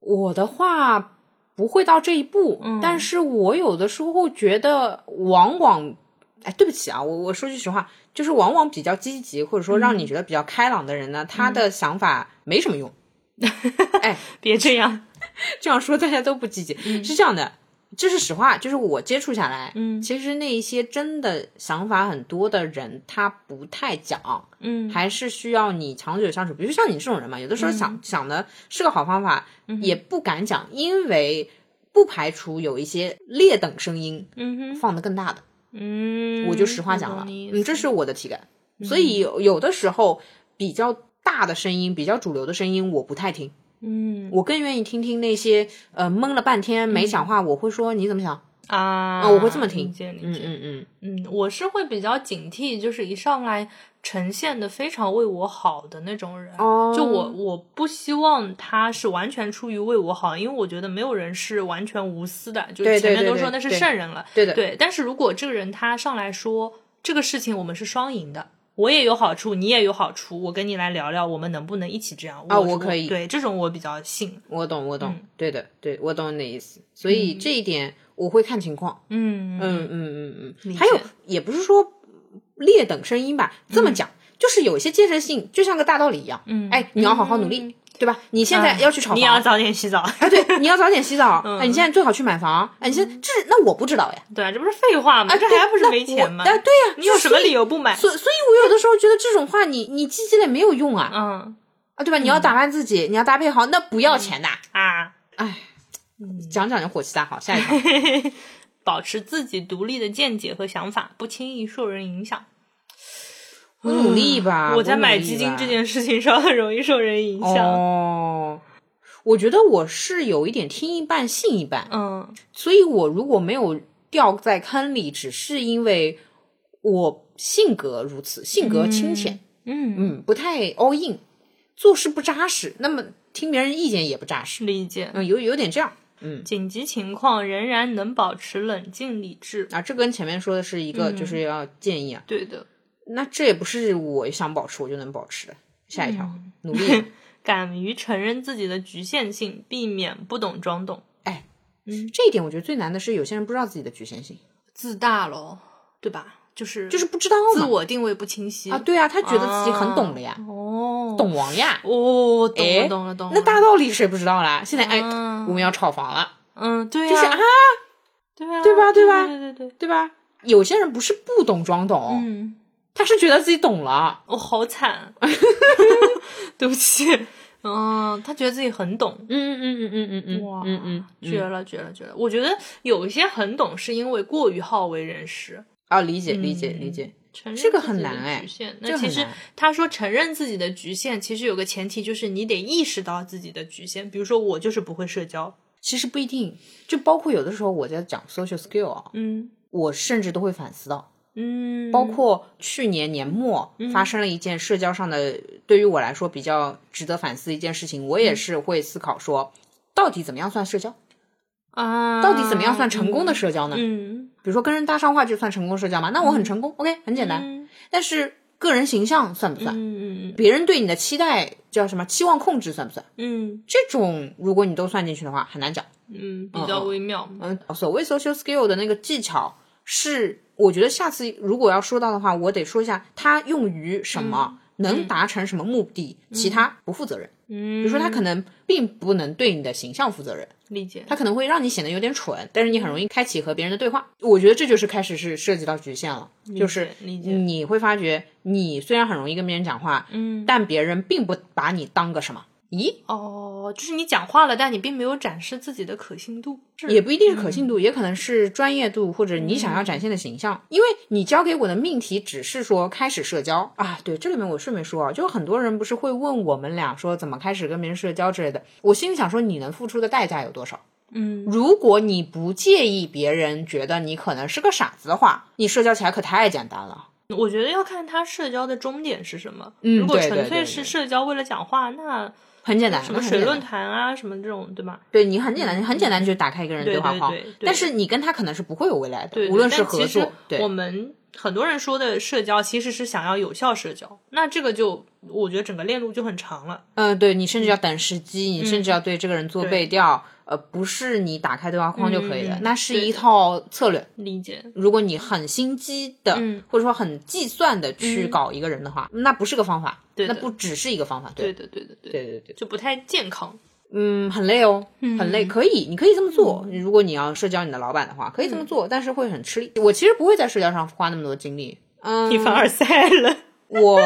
Speaker 1: 我的话不会到这一步，
Speaker 2: 嗯
Speaker 1: 但是我有的时候觉得，往往，哎，对不起啊，我我说句实话，就是往往比较积极或者说让
Speaker 2: 嗯
Speaker 1: 你觉得比较开朗的人呢，他的想法没什么用。
Speaker 2: 别这样，
Speaker 1: 这样说大家都不积极，是这样的。这是实话，就是我接触下来，
Speaker 2: 嗯
Speaker 1: 其实那一些真的想法很多的人，他不太讲，
Speaker 2: 嗯，
Speaker 1: 还是需要你长久相处。比如像你这种人嘛，有的时候
Speaker 2: 嗯
Speaker 1: 想、想的是个好方法，也不敢讲，因为不排除有一些劣等声音
Speaker 2: 嗯哼，
Speaker 1: 放的更大的。
Speaker 2: 嗯，
Speaker 1: 我就实话讲
Speaker 2: 我
Speaker 1: 了
Speaker 2: 懂，你意思嗯
Speaker 1: 嗯，这是我的体感。所以有有的时候比较大的声音，比较主流的声音，我不太听。
Speaker 2: 嗯
Speaker 1: 我更愿意听听那些呃懵了半天没讲话，我会说你怎么想？
Speaker 2: 啊
Speaker 1: 哦我会这么听
Speaker 2: 理解理
Speaker 1: 嗯
Speaker 2: 解。
Speaker 1: 嗯嗯，
Speaker 2: 嗯我是会比较警惕，就是一上来呈现的非常为我好的那种人。
Speaker 1: 哦
Speaker 2: 就我，我不希望他是完全出于为我好，因为我觉得没有人是完全无私的。就
Speaker 1: 对
Speaker 2: 前面
Speaker 1: 对
Speaker 2: 都
Speaker 1: 对
Speaker 2: 说那是
Speaker 1: 对
Speaker 2: 圣人了，
Speaker 1: 对的，
Speaker 2: 对，但是如果这个人他上来说这个事情我们是双赢的，我也有好处，你也有好处，我跟你来聊聊，我们能不能一起这样？
Speaker 1: 啊
Speaker 2: 是
Speaker 1: 我可以
Speaker 2: 对，这种我比较信。
Speaker 1: 我懂我懂，
Speaker 2: 嗯
Speaker 1: 对的，对我懂你的意思。所以这一点我会看情况。
Speaker 2: 嗯
Speaker 1: 嗯嗯嗯嗯，
Speaker 2: 理
Speaker 1: 还有
Speaker 2: 解嗯
Speaker 1: 也不是说劣等声音吧，这么讲。就是有一些建设性，就像个大道理一样。嗯，哎，你要好好努力，对吧？你现在要去炒
Speaker 2: 嗯
Speaker 1: 房，
Speaker 2: 你也要早点 洗澡。
Speaker 1: 哎，对，你要早点洗澡。
Speaker 2: 嗯
Speaker 1: 哎，你现在最好去买房。哎，你现在这那我不知道呀。
Speaker 2: 对嗯啊，这不是废话吗？这
Speaker 1: 对
Speaker 2: 还不是
Speaker 1: 那
Speaker 2: 没
Speaker 1: 我
Speaker 2: 钱吗？
Speaker 1: 哎，对呀，
Speaker 2: 你有什么
Speaker 1: 所以
Speaker 2: 理由不买？
Speaker 1: 所所以，我有的时候觉得这种话你你积极了没有用啊。
Speaker 2: 嗯
Speaker 1: 啊，对吧？你要打扮自己，你要搭配好，那不要钱的。
Speaker 2: 啊，
Speaker 1: 讲讲就火气大，好，下一 条。
Speaker 2: 保持自己独立的见解和想法，不轻易受人影响。
Speaker 1: 我努力吧，
Speaker 2: 我在
Speaker 1: 努
Speaker 2: 买
Speaker 1: 力
Speaker 2: 基金
Speaker 1: 吧
Speaker 2: 这件事情上很容易受人影响。
Speaker 1: 哦，我觉得我是有一点听一半信一半，
Speaker 2: 嗯
Speaker 1: 所以我如果没有掉在坑里，只是因为我性格如此，性格清浅，
Speaker 2: 嗯，
Speaker 1: 嗯不太 all in，做事不扎实，那么听别人意见也不扎实，
Speaker 2: 理解。
Speaker 1: 嗯，有有点这样。
Speaker 2: 紧急情况仍然能保持冷静理智。
Speaker 1: 啊，这跟前面说的是一个，
Speaker 2: 嗯
Speaker 1: 就是要建议啊。
Speaker 2: 对的，
Speaker 1: 那这也不是我想保持我就能保持的。下一条，
Speaker 2: 嗯
Speaker 1: 努力。
Speaker 2: 敢于承认自己的局限性，避免不懂装懂，
Speaker 1: 这一点我觉得最难的是有些人不知道自己的局限性，
Speaker 2: 自大喽，对吧？就是
Speaker 1: 就是不知道
Speaker 2: 自
Speaker 1: 嘛。
Speaker 2: 我定位不清晰
Speaker 1: 啊，对啊，他觉得自己很懂了呀，
Speaker 2: 哦，
Speaker 1: 懂王呀。
Speaker 2: 哦，懂
Speaker 1: 哎
Speaker 2: 了懂了懂了。
Speaker 1: 那大道理谁不知道啦？现在哎，
Speaker 2: 啊
Speaker 1: 我们要炒房了，
Speaker 2: 嗯，对呀，
Speaker 1: 就是啊，
Speaker 2: 对啊，
Speaker 1: 对吧对
Speaker 2: 对
Speaker 1: 吧
Speaker 2: 对对对，
Speaker 1: 对吧？有些人不是不懂装懂，
Speaker 2: 嗯，
Speaker 1: 他是觉得自己懂了。
Speaker 2: 我哦 好惨，啊对不起。嗯，他觉得自己很懂，
Speaker 1: 嗯嗯嗯嗯嗯嗯
Speaker 2: 哇
Speaker 1: 嗯嗯
Speaker 2: 绝了绝了绝了！我觉得有一些很懂是因为过于好为人师，
Speaker 1: 啊，理解理解理解。
Speaker 2: 承认
Speaker 1: 这个
Speaker 2: 自
Speaker 1: 很
Speaker 2: 己的
Speaker 1: 难哎
Speaker 2: 局限。
Speaker 1: 嗯这
Speaker 2: 那
Speaker 1: 个
Speaker 2: 其
Speaker 1: 很
Speaker 2: 实
Speaker 1: 难
Speaker 2: 他说承认自己的局限，其实有个前提就是你得意识到自己的局限。比如说我就是不会社交，
Speaker 1: 其实不一定，就包括有的时候我在讲 social skill 啊，
Speaker 2: 嗯
Speaker 1: 我甚至都会反思到，
Speaker 2: 嗯，
Speaker 1: 包括去年年末发生了一件社交上的，对于我来说比较值得反思的一件事情，我也是会思考说，到底怎么样算社交？
Speaker 2: 啊，
Speaker 1: 到底怎么样算成功的社交呢？
Speaker 2: 嗯？
Speaker 1: 比如说跟人搭上话就算成功社交吗？那我很成功、o k 很简单。
Speaker 2: 嗯
Speaker 1: 但是个人形象算不
Speaker 2: 嗯
Speaker 1: 算？
Speaker 2: 嗯嗯
Speaker 1: 别人对你的期待叫什么？期望控制算不算？
Speaker 2: 嗯
Speaker 1: 这种如果你都算进去的话，很难讲。
Speaker 2: 嗯，比较微妙。
Speaker 1: 嗯，所谓 social skill 的那个技巧是，我觉得下次如果要说到的话，我得说一下它用于什么，能达成什么目的，其他不负责任。比
Speaker 2: 嗯，
Speaker 1: 如说，它可能并不能对你的形象负责任，
Speaker 2: 理解。
Speaker 1: 它可能会让你显得有点蠢，但是你很容易开启和别人的对话。我觉得这就是开始是涉及到局限了，就是
Speaker 2: 理解
Speaker 1: 你会发觉，你虽然很容易跟别人讲话，
Speaker 2: 嗯，
Speaker 1: 但别人并不把你当个什么。咦，
Speaker 2: 哦，就是你讲话了，但你并没有展示自己的可信度，是
Speaker 1: 也不一定
Speaker 2: 嗯
Speaker 1: 是可信度，也可能是专业度或者你想要展现的形象。因为你交给我的命题只是说开始社交啊，对，这里面我顺便说啊，就是很多人不是会问我们俩说怎么开始跟别人社交之类的，我心里想说你能付出的代价有多少？
Speaker 2: 嗯，
Speaker 1: 如果你不介意别人觉得你可能是个傻子的话，你社交起来可太简单了。
Speaker 2: 我觉得要看他社交的终点是什么。
Speaker 1: 嗯
Speaker 2: 如果
Speaker 1: 对
Speaker 2: 纯
Speaker 1: 对
Speaker 2: 粹
Speaker 1: 对
Speaker 2: 是
Speaker 1: 对
Speaker 2: 社交为了讲话，那
Speaker 1: 很简单，
Speaker 2: 什
Speaker 1: 那
Speaker 2: 么
Speaker 1: 很
Speaker 2: 水
Speaker 1: 简单
Speaker 2: 论坛啊，什么这种，对吧？
Speaker 1: 对你很简单，很简单就打开一个人的
Speaker 2: 对
Speaker 1: 话
Speaker 2: 对
Speaker 1: 框，
Speaker 2: 对对
Speaker 1: 但是你跟他可能是不会有未来的，
Speaker 2: 对，对
Speaker 1: 无论是
Speaker 2: 但
Speaker 1: 合
Speaker 2: 其实
Speaker 1: 作，对
Speaker 2: 我们很多人说的社交其实是想要有效社交，那这个就我觉得整个链路就很长了。
Speaker 1: 嗯，对你甚至要等时机，你
Speaker 2: 嗯
Speaker 1: 甚至要对这个人做背调，呃，不是你打开对话框就可以了，
Speaker 2: 嗯嗯嗯
Speaker 1: 那是
Speaker 2: 对
Speaker 1: 一套策略。
Speaker 2: 理解，
Speaker 1: 如果你很心机的，
Speaker 2: 嗯
Speaker 1: 或者说很计算的去搞一个人的话，那不是个方法，
Speaker 2: 对的
Speaker 1: 那不只是一个方法，
Speaker 2: 对
Speaker 1: 对
Speaker 2: 的，对的，对的，
Speaker 1: 对对对，
Speaker 2: 就不太健康。
Speaker 1: 嗯，很累哦，很累，可以，你可以这么做。
Speaker 2: 嗯
Speaker 1: 如果你要社交你的老板的话，可以这么做，但是会很吃力。我其实不会在社交上花那么多精力，嗯，
Speaker 2: 你凡尔赛了，
Speaker 1: 我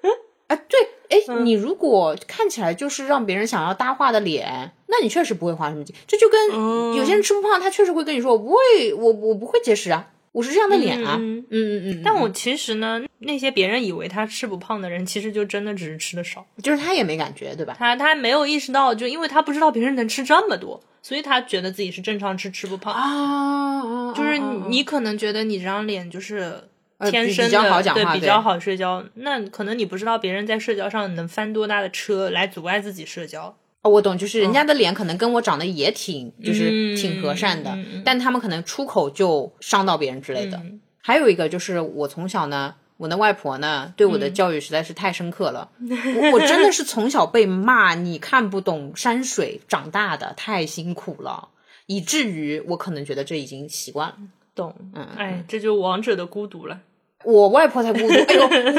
Speaker 1: 啊，对，哎，
Speaker 2: 嗯
Speaker 1: 你如果看起来就是让别人想要搭话的脸，那你确实不会花什么劲。这就
Speaker 2: 嗯
Speaker 1: 跟有些人吃不胖，他确实会跟你说，我不会，我我不会节食啊，我是这样的脸啊，嗯
Speaker 2: 嗯
Speaker 1: 嗯嗯，
Speaker 2: 但我其实呢，那些别人以为他吃不胖的人，其实就真的只是吃的少。
Speaker 1: 就是他也没感觉，对吧？
Speaker 2: 他他没有意识到，就因为他不知道别人能吃这么多，所以他觉得自己是正常吃，吃不胖。
Speaker 1: 啊，
Speaker 2: 就是
Speaker 1: 啊
Speaker 2: 你可能觉得你这张脸就是天
Speaker 1: 比
Speaker 2: 生
Speaker 1: 比
Speaker 2: 的，
Speaker 1: 较好讲话
Speaker 2: 嗯呃对，比
Speaker 1: 对
Speaker 2: 较好社交。那可能你不知道别人在社交上能翻多大的车来阻碍自己社交。
Speaker 1: 啊我懂，就是人家的脸可能跟我长得也挺，就是挺和善的，
Speaker 2: 嗯嗯
Speaker 1: 但他们可能出口就伤到别人之类的。
Speaker 2: 嗯
Speaker 1: 还有一个就是我从小呢，我的外婆呢对我
Speaker 2: 嗯
Speaker 1: 的教育实在是太深刻 了，我我真的是从小被骂你看不懂山水长大的，太辛苦了，以至于我可能觉得这已经习惯了。
Speaker 2: 懂，哎，这就王者的孤独了。
Speaker 1: 我外婆才孤 独。哎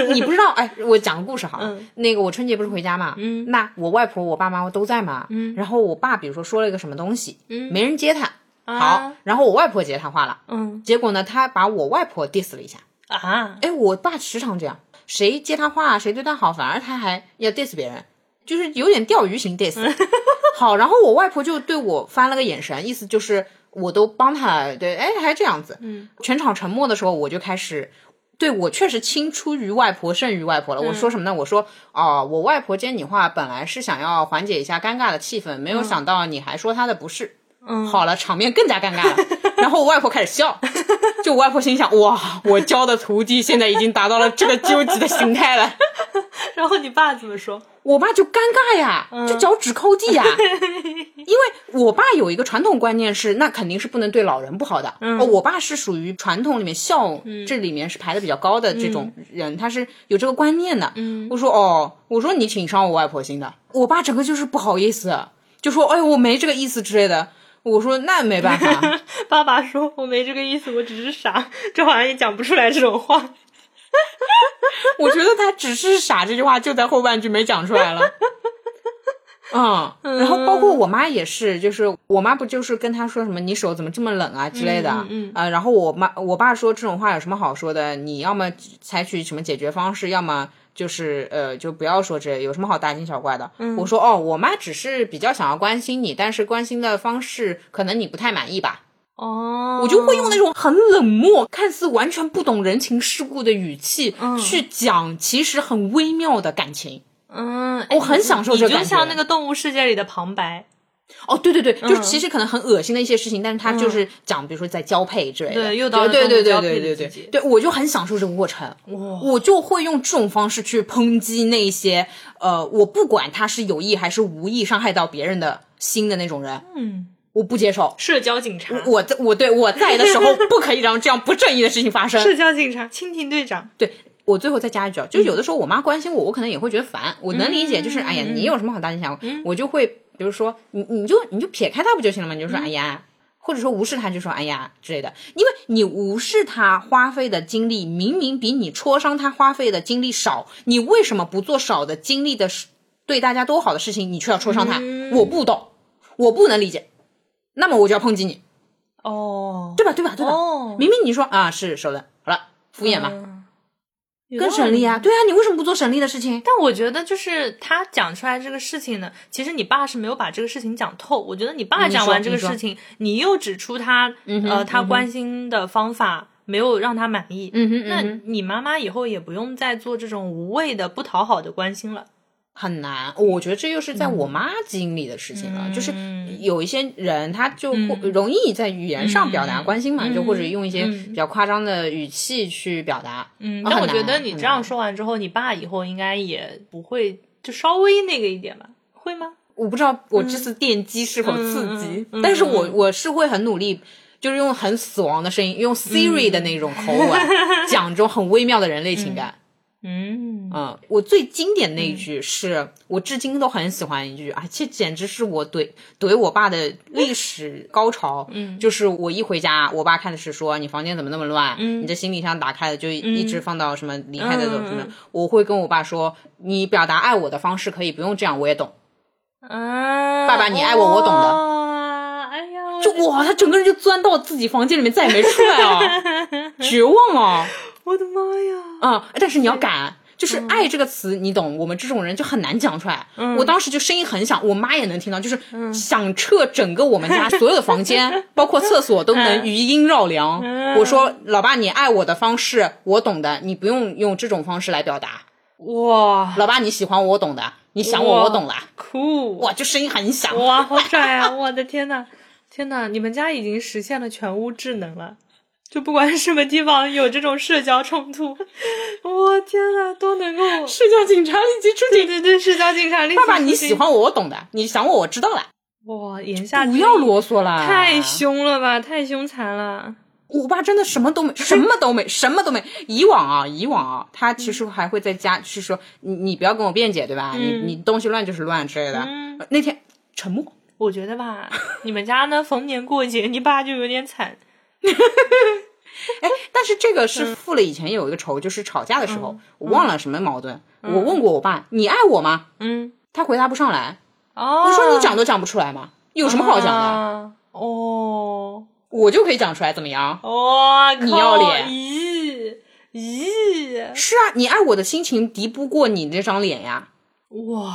Speaker 1: 呦，你不知道，哎，我讲个故事好了。那个我春节不是回家嘛，嗯，那我外婆、我爸妈都在嘛，嗯，然后我爸比如说说了一个什么东西，嗯，没人接他，好，然后我外婆接他话了，
Speaker 2: 嗯
Speaker 1: 结果呢，他把我外婆 diss 了一下。
Speaker 2: 啊，
Speaker 1: 哎，我爸时常这样，谁接他话，谁对他好，反而他还要 diss 别人。就是有点钓鱼型 diss。好， 然后我外婆就对我翻了个眼神，意思就是我都帮她，对，哎，还这样子。嗯，全场沉默的时候，我就开始。对我确实青出于外婆胜于外婆了。我说什么呢？我说哦、我外婆接你话本来是想要缓解一下尴尬的气氛，没有想到你还说她的不是。嗯，好了，场面更加尴尬了。 然后我外婆开始笑， 就我外婆心想：哇，我教的徒弟现在已经达到了这个究极的形态了。
Speaker 2: 然后你爸怎么说？
Speaker 1: 我爸就尴尬呀，就脚趾抠地呀，因为我爸有一个传统观念是，那肯定是不能对老人不好的。哦，我爸是属于传统里面孝、这里面是排的比较高的这种人，他是有这个观念的。我说哦，我说你挺伤我外婆心的，我爸整个就是不好意思，就说哎呦我没这个意思之类的。我说那没办法，
Speaker 2: 爸爸说我没这个意思，我只是傻。这好像也讲不出来这种话。
Speaker 1: 我觉得他只是傻这句话就在后半句没讲出来了。嗯，然后包括我妈也是，就是我妈不就是跟她说什么你手怎么这么冷啊之类的，
Speaker 2: 嗯
Speaker 1: 呃，然后我妈我爸说这种话有什么好说的？你要么采取什么解决方式，要么就是呃就不要说这有什么好大惊小怪的。我说哦，我妈只是比较想要关心你，但是关心的方式可能你不太满意吧。
Speaker 2: 哦，
Speaker 1: 我就会用那种很冷漠、看似完全不懂人情世故的语气、去讲，其实很微妙的感情。
Speaker 2: 嗯，
Speaker 1: 我很享受这
Speaker 2: 你就
Speaker 1: 感觉
Speaker 2: 像那个《动物世界》里的旁白。
Speaker 1: 哦，对对对，
Speaker 2: 嗯
Speaker 1: 就是其实可能很恶心的一些事情，但是他就是讲，比如说在交配之类的，
Speaker 2: 对又到
Speaker 1: 对
Speaker 2: 了
Speaker 1: 对对对
Speaker 2: 动物交
Speaker 1: 对
Speaker 2: 配
Speaker 1: 对
Speaker 2: 的
Speaker 1: 对
Speaker 2: 季节，
Speaker 1: 对我就很享受这个过程，我就会用这种方式去抨击那些呃，我不管他是有意还是无意伤害到别人的心的那种人，
Speaker 2: 嗯，
Speaker 1: 我不接受。
Speaker 2: 社交警察，
Speaker 1: 我在我对我在的时 候，不可以让这样不正义的事情发生。
Speaker 2: 社交警察，蜻蜓队长。
Speaker 1: 对我最后再加一句啊，就是有的时候我妈关心我，我可能也会觉得烦，我能理解，就是哎呀，你有什么好大惊小怪？我就会比如说你你就你就撇开她不就行了吗？你就说哎呀。或者说无视她，就说哎呀之类的，因为你无视她花费的精力，明明比你戳伤她花费的精力少，你为什么不做少的精力的事对大家都好的事情，你却要戳伤她？我不懂，我不能理解，那么我就要抨击你，
Speaker 2: 哦，
Speaker 1: 对吧？对吧？对吧？
Speaker 2: 哦
Speaker 1: 明明你说啊是手冷，好了，敷衍嘛，
Speaker 2: 嗯
Speaker 1: 更省力啊！。对啊，你为什么不做省力的事情？
Speaker 2: 但我觉得，就是他讲出来这个事情呢，其实你爸是没有把这个事情讲透。我觉得你爸讲完这个事情，你又指出他、
Speaker 1: 嗯
Speaker 2: 呃他关心的方法没有让他满意，
Speaker 1: 嗯哼
Speaker 2: 那你妈妈以后也不用再做这种无谓的不讨好的关心了。
Speaker 1: 哦很难，我觉得这又是在我妈基因里的事情了。就是有一些人，他就会容易在语言上表达关心嘛，就或者用一些比较夸张的语气去表达。
Speaker 2: 嗯，
Speaker 1: 啊
Speaker 2: 但我
Speaker 1: 很
Speaker 2: 觉
Speaker 1: 难
Speaker 2: 得你
Speaker 1: 很
Speaker 2: 这样
Speaker 1: 难
Speaker 2: 说完之后，你爸以后应该也不会就稍微那个一点吧？会吗？
Speaker 1: 我不知道我这次电击是否刺激，
Speaker 2: 嗯嗯嗯嗯
Speaker 1: 但是我我是会很努力，就是用很死亡的声音，用 Siri 的那种口吻、 讲这种很微妙的人类情感。
Speaker 2: 嗯，
Speaker 1: 嗯，我最经典那一句是、我至今都很喜欢一句啊，这简直是我怼怼我爸的历史高潮。嗯，就是我一回家，我爸看的是说你房间怎么那么乱，嗯、你这行李箱打开了就一直放到什么离开的什么，
Speaker 2: 嗯嗯嗯
Speaker 1: 我会跟我爸说，你表达爱我的方式可以不用这样，我也懂。
Speaker 2: 啊，
Speaker 1: 爸爸你爱我我懂的
Speaker 2: 哇哎呀，我
Speaker 1: 就哇，他整个人就钻到自己房间里面，再也没出来 啊，绝望啊！
Speaker 2: 我的妈呀！
Speaker 1: 嗯，但是你嗯要敢，就是“爱”这个词，你懂，我们这种人就很难讲出来。我当时就声音很响，我妈也能听到，就是响彻整个我们家所有的房间，包括厕所都能余音绕梁。我说：“老爸，你爱我的方式我懂的，你不用用这种方式来表达。
Speaker 2: 哇，
Speaker 1: 老爸，你喜欢我，我懂的，你想我，
Speaker 2: 哇
Speaker 1: 我懂了。”
Speaker 2: 酷！
Speaker 1: 哇，就声音很响。
Speaker 2: 哇，好拽啊！我的天呐，天呐，你们家已经实现了全屋智能了，就不管什么地方有这种社交冲突，我天呐，都 能够。
Speaker 1: 是叫警察立即出
Speaker 2: 对。对对，社交警察立即
Speaker 1: 爸 爸，你
Speaker 2: 出击
Speaker 1: 喜欢我，我懂的，你想我，我知道了。
Speaker 2: 哇？言下
Speaker 1: 不
Speaker 2: 之
Speaker 1: 啊要啊
Speaker 2: 意
Speaker 1: 啰嗦啦，
Speaker 2: 太凶了吧，太凶残了。
Speaker 1: 我爸真的什么都没，什么都没，什么都没。以往啊，以往啊，他其实还会在家，就是说你你不要跟我辩解，对吧？
Speaker 2: 嗯
Speaker 1: 你你东西乱就是乱之类的。呃那天沉默，
Speaker 2: 我觉 得吧，你们家呢，逢年过节，你爸就有点
Speaker 1: 哎，
Speaker 2: 惨。
Speaker 1: 但是这个
Speaker 2: 嗯
Speaker 1: 是付了以前有一个仇，就是吵架的时候，我忘了什么矛盾，我问过我爸，你爱我吗？
Speaker 2: 嗯，
Speaker 1: 他回答不上来，
Speaker 2: 哦，
Speaker 1: 我说你讲都讲不出来吗？有什么好讲的？
Speaker 2: 啊哦，
Speaker 1: 我就可以讲出来，怎么样？
Speaker 2: 哇，
Speaker 1: 你要
Speaker 2: 靠
Speaker 1: 脸
Speaker 2: 咦咦，
Speaker 1: 是啊，你爱我的心情敌不过你那张脸呀。
Speaker 2: 哇，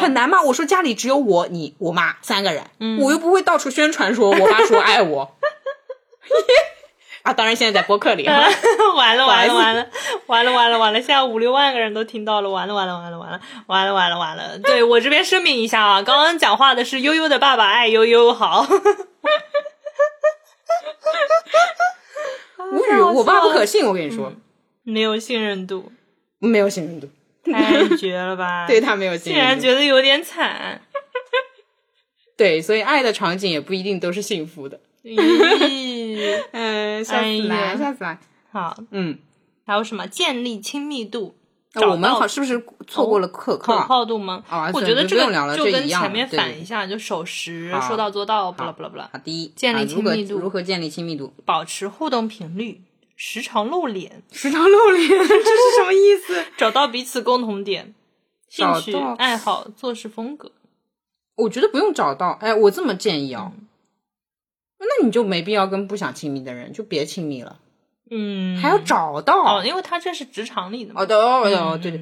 Speaker 1: 很难吗？我说家里只有我、你、我妈三个人，
Speaker 2: 嗯
Speaker 1: 我又不会到处宣传说我妈说爱 我。啊，当然现在在播客里
Speaker 2: 嗯
Speaker 1: 哈，
Speaker 2: 完了完了完了完了完了完了！现在五六万个人都听到了，完了完了完了完了完了完了完了！对我这边声明一下啊，刚刚讲话的是悠悠的爸爸爱悠悠好，
Speaker 1: 无语，我爸不可信，我跟你说，
Speaker 2: 没有信任度，
Speaker 1: 没有信任度，
Speaker 2: 太绝了 吧？
Speaker 1: 对他没有信
Speaker 2: 嗯竟
Speaker 1: 任
Speaker 2: 然
Speaker 1: 度。
Speaker 2: 觉得有 点惨。
Speaker 1: 对，所以爱的场景也不一定都是幸福的。
Speaker 2: 咦，
Speaker 1: 嗯，下
Speaker 2: 哎
Speaker 1: 次
Speaker 2: 呀
Speaker 1: 来，下次来，
Speaker 2: 好，
Speaker 1: 嗯，
Speaker 2: 还有什么建立亲密度？
Speaker 1: 那我们
Speaker 2: 找到
Speaker 1: 好是不是错过了可
Speaker 2: 可
Speaker 1: 靠？
Speaker 2: 靠度吗？
Speaker 1: 啊
Speaker 2: 我
Speaker 1: 算
Speaker 2: 觉得
Speaker 1: 了
Speaker 2: 这
Speaker 1: 不用聊
Speaker 2: 个
Speaker 1: 了
Speaker 2: 就
Speaker 1: 这
Speaker 2: 跟
Speaker 1: 一样
Speaker 2: 前面
Speaker 1: 对
Speaker 2: 反一下，就守时，
Speaker 1: 好
Speaker 2: 说到做到，不啦不啦不啦
Speaker 1: 好，的，
Speaker 2: 建立
Speaker 1: 啊
Speaker 2: 亲密
Speaker 1: 如
Speaker 2: 度
Speaker 1: 何如何建立亲密 度？
Speaker 2: 保持互动频率，时常露脸，
Speaker 1: 时常露脸，这是什么意思？
Speaker 2: 找到彼此共同点，兴
Speaker 1: 找
Speaker 2: 趣
Speaker 1: 到、
Speaker 2: 爱好、做事风格。
Speaker 1: 我觉得不用找到，哎，我这么建议哦。
Speaker 2: 嗯
Speaker 1: 那你就没必要跟不想亲密的人，就别亲密了，
Speaker 2: 嗯，
Speaker 1: 还要找到
Speaker 2: 哦，。因为他这是职场里的嘛
Speaker 1: 哦，，对哦，对哦，
Speaker 2: 嗯
Speaker 1: 对对，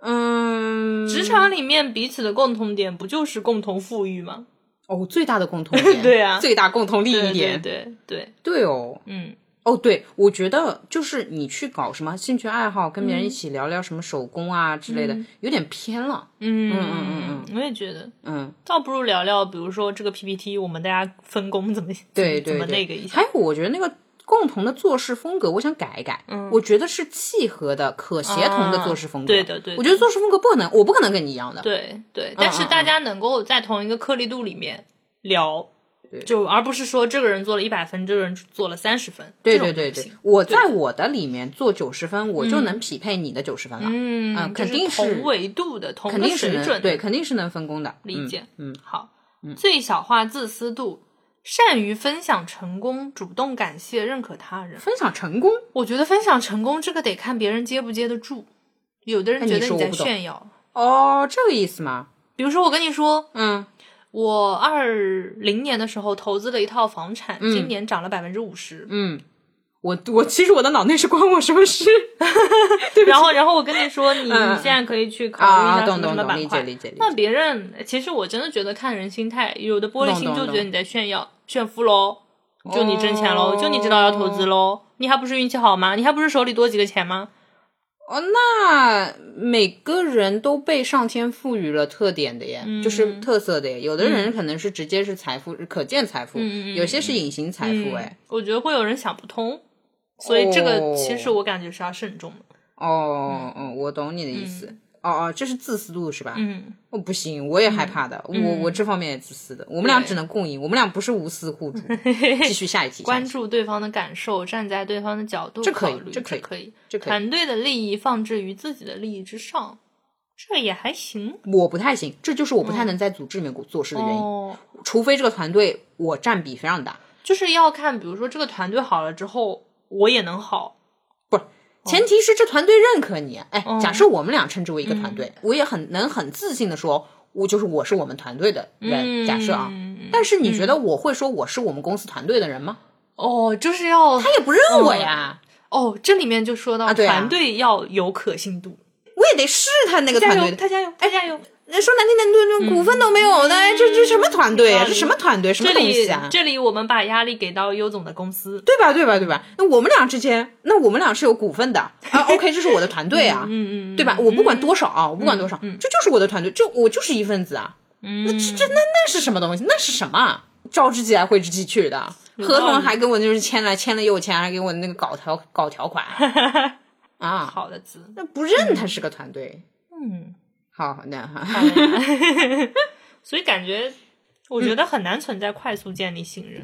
Speaker 1: 嗯，
Speaker 2: 职场里面彼此的共同点不就是共同富裕吗？
Speaker 1: 哦，最大的共同点，
Speaker 2: 对啊
Speaker 1: 最大共同利
Speaker 2: 对
Speaker 1: 益
Speaker 2: 对
Speaker 1: 点，
Speaker 2: 对对，
Speaker 1: 对哦，
Speaker 2: 嗯，
Speaker 1: 哦，对，我觉得就是你去搞什么兴趣爱好，跟别
Speaker 2: 嗯
Speaker 1: 人一起聊聊什么手工啊之类的，有点偏了，
Speaker 2: 嗯
Speaker 1: 嗯嗯
Speaker 2: 嗯，我也觉得，
Speaker 1: 嗯，
Speaker 2: 倒不如聊聊，比如说这个 PPT，我们大家分工怎么
Speaker 1: 对
Speaker 2: 怎
Speaker 1: 对
Speaker 2: 么怎么
Speaker 1: 对，
Speaker 2: 那个一下，
Speaker 1: 还有，我觉得那个共同的做事风格，我想改一改。嗯，我觉得是契合的、可协同的做事风格。
Speaker 2: 啊对的对的
Speaker 1: 我觉得做事风格不能，我不可能跟你一样的。
Speaker 2: 对对，但是
Speaker 1: 嗯
Speaker 2: 大家能够在同一个颗粒度里面聊，就而不是说这个人做了一百分，这个人做了三十分，
Speaker 1: 对
Speaker 2: 这种
Speaker 1: 对对
Speaker 2: 就不
Speaker 1: 对
Speaker 2: 行，
Speaker 1: 我在我的里面做九十分，我就能匹配你的九十分了。
Speaker 2: 嗯，
Speaker 1: 嗯
Speaker 2: 就
Speaker 1: 肯定是
Speaker 2: 同维度的同
Speaker 1: 肯
Speaker 2: 个
Speaker 1: 定是
Speaker 2: 水
Speaker 1: 能
Speaker 2: 准，
Speaker 1: 对，，肯定是能分工的。
Speaker 2: 理
Speaker 1: 嗯
Speaker 2: 解，
Speaker 1: 嗯，
Speaker 2: 好，最小化自私度。善于分享成功，主动感谢、认可他人。
Speaker 1: 分享成功，
Speaker 2: 我觉得分享成功这个得看别人接不接得住。有的人
Speaker 1: 你
Speaker 2: 觉得
Speaker 1: 说
Speaker 2: 你
Speaker 1: 我
Speaker 2: 在
Speaker 1: 不懂
Speaker 2: 炫耀，
Speaker 1: 哦，这个意思吗？
Speaker 2: 比如说我跟你说，
Speaker 1: 嗯，
Speaker 2: 我二零年的时候投资了一套房产，今年涨了百分之五十。
Speaker 1: 嗯，我我其实我的脑内是关我什么事？
Speaker 2: 然后，然后我跟你说，你
Speaker 1: 嗯
Speaker 2: 你现在可以去考虑一
Speaker 1: 啊，
Speaker 2: 下什
Speaker 1: 懂
Speaker 2: 么
Speaker 1: 懂
Speaker 2: 什么
Speaker 1: 懂，
Speaker 2: 板
Speaker 1: 理解
Speaker 2: 块。
Speaker 1: 理解理解。
Speaker 2: 那别人其实我真的觉得看人心态，有的玻璃心
Speaker 1: 懂懂
Speaker 2: 就
Speaker 1: 懂
Speaker 2: 觉得你在炫耀、炫富喽，就你挣钱喽，就你知道要投资喽，你还不是运气好吗？你还不是手里多几个钱吗？
Speaker 1: 哦，那每个人都被上天赋予了特点的耶，
Speaker 2: 嗯
Speaker 1: 就是特色的耶。有的人可能是直接是财富，可见财富；
Speaker 2: 嗯嗯嗯
Speaker 1: 有些是隐形财富。哎、
Speaker 2: 嗯我觉得会有人想不通，所以这个
Speaker 1: 哦
Speaker 2: 其实我感觉是要慎重的。
Speaker 1: 哦，嗯，我懂你的意思。哦哦，这是自私度是吧？
Speaker 2: 嗯，
Speaker 1: 哦，不行，我也害怕的，我我这方面也自私的。我们俩只能共赢，我们俩不是无私 互助。继续下一题，
Speaker 2: 关
Speaker 1: 下一题
Speaker 2: 注对方的感受，站在对方的角度
Speaker 1: 这可以
Speaker 2: 考虑，
Speaker 1: 这可以
Speaker 2: 可以，
Speaker 1: 这可以。
Speaker 2: 团队的利益放置于自己的利益之上，这也还行。
Speaker 1: 我不太行，这就是我不太能在组织里面做事的原因，
Speaker 2: 嗯哦，
Speaker 1: 除非这个团队我占比非常大。
Speaker 2: 就是要看，比如说这个团队好了之后，我也能好。
Speaker 1: 前提是这团队认可你。哎，
Speaker 2: 嗯
Speaker 1: 假设我们俩称之为一个团队，我也很能很自信的说，我就是我是我们团队的人。假设啊，
Speaker 2: 嗯
Speaker 1: 但是你觉得我会说我是我们公司团队的人吗？
Speaker 2: 哦，就是要
Speaker 1: 他也不认我呀，
Speaker 2: 哦，这里面就说到
Speaker 1: 对啊
Speaker 2: 团队要有可信度。
Speaker 1: 我也得试探那个
Speaker 2: 加
Speaker 1: 团
Speaker 2: 油，
Speaker 1: 队的。哎
Speaker 2: 嗯他加油，他加油！
Speaker 1: 人说难听点，对对，股份都没有呢，这这什么团队
Speaker 2: 有
Speaker 1: 啊？
Speaker 2: 道理
Speaker 1: 这什么团队？什
Speaker 2: 嗯这
Speaker 1: 么东
Speaker 2: 里
Speaker 1: 西啊？
Speaker 2: 这里我们把压力给到优总的公司。
Speaker 1: 对吧？对吧？对吧？那我们俩之间，那我们俩是有股份的啊。OK，这是我的团队啊，
Speaker 2: 嗯嗯
Speaker 1: 对吧？我不管多少啊，我不管多少，这就是我的团队，就我就是一份子啊。
Speaker 2: 嗯，
Speaker 1: 那这这那那是什么东西？那是什么啊？召之即来，挥之即去的。合同还跟我就是签了，签了又签，还给我那个搞条搞条 款啊！
Speaker 2: 好的字，
Speaker 1: 那不认他是个团队。
Speaker 2: 嗯，
Speaker 1: 好，那哈，
Speaker 2: 当然所以感觉我觉得
Speaker 1: 嗯
Speaker 2: 很难存在快速建立信任。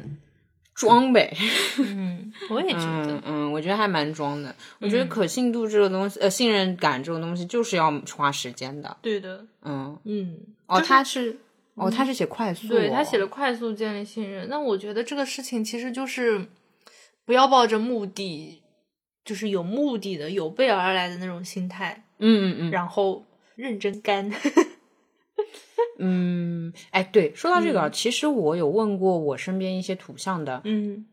Speaker 1: 装 呗。
Speaker 2: 嗯，我也觉得
Speaker 1: 嗯，嗯，我觉得还蛮装的。我
Speaker 2: 嗯
Speaker 1: 觉得可信度这个东西，呃，信任感这种东西就是要花时间的。
Speaker 2: 对的，
Speaker 1: 嗯，
Speaker 2: 嗯，
Speaker 1: 哦，他是，哦，他是写快速哦，
Speaker 2: 对他写了快速建立信任，那我觉得这个事情其实就是不要抱着目的，就是有目的的、有备而来的那种心态，
Speaker 1: 嗯，嗯嗯
Speaker 2: 然后认真 干。
Speaker 1: 嗯，哎，对，说到这个啊，其实我有问过我身边一些土象的，
Speaker 2: 嗯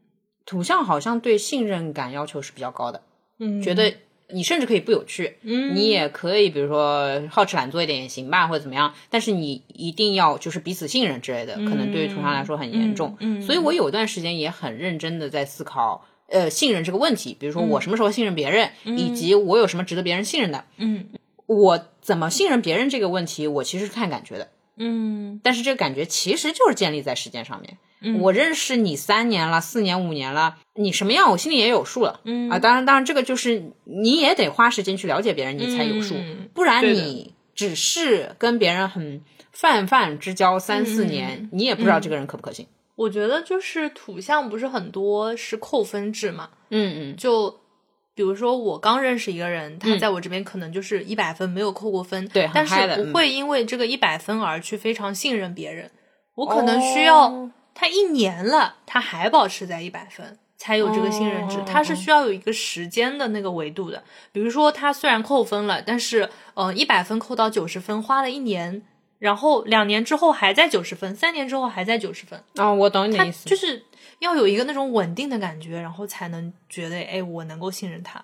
Speaker 1: 土象好像对信任感要求是比较高的，
Speaker 2: 嗯，
Speaker 1: 觉得你甚至可以不有趣，嗯，你也可以比如说好吃懒做一点也行吧，或者怎么样，但是你一定要就是彼此信任之类的，可能对于图上来说很严重，
Speaker 2: 嗯嗯
Speaker 1: 所以我有段时间也很认真的在思考。呃，信任这个问题，比如说我什么时候信任别人，以及我有什么值得别人信任的，
Speaker 2: 嗯
Speaker 1: 我怎么信任别人这个问题，我其实是看感觉的。
Speaker 2: 嗯
Speaker 1: 但是这个感觉其实就是建立在时间上面。我认识你三年了，四年、五年了，你什么样，我心里也有数了。
Speaker 2: 嗯
Speaker 1: 啊，当然，当然，这个就是你也得花时间去了解别人，你才有数，
Speaker 2: 嗯
Speaker 1: 不然
Speaker 2: 对的
Speaker 1: 你只是跟别人很泛泛之交三
Speaker 2: 嗯
Speaker 1: 四年，你也不知道这个人可不可信。
Speaker 2: 我觉得就是土象不是很多是扣分制嘛，
Speaker 1: 嗯嗯
Speaker 2: 就比如说我刚认识一个人，他在我这边可能就是一百分没有扣过分，
Speaker 1: 嗯对很
Speaker 2: 但
Speaker 1: 嗨的
Speaker 2: 是
Speaker 1: 嗯
Speaker 2: 不会因为这个一百分而去非常信任别人。我嗯可能
Speaker 1: 哦
Speaker 2: 需要他一年了，他还保持在一百分。才有这个信任值
Speaker 1: 哦，
Speaker 2: 他是需要有一个时间的那个维度的。比如说，他虽然扣分了，但是，呃，一百分扣到九十分，花了一年，然后两年之后还在九十分，三年之后还在九十分，
Speaker 1: 啊、我懂你的意思。
Speaker 2: 就是要有一个那种稳定的感觉，然后才能觉得，哎，我能够信任他。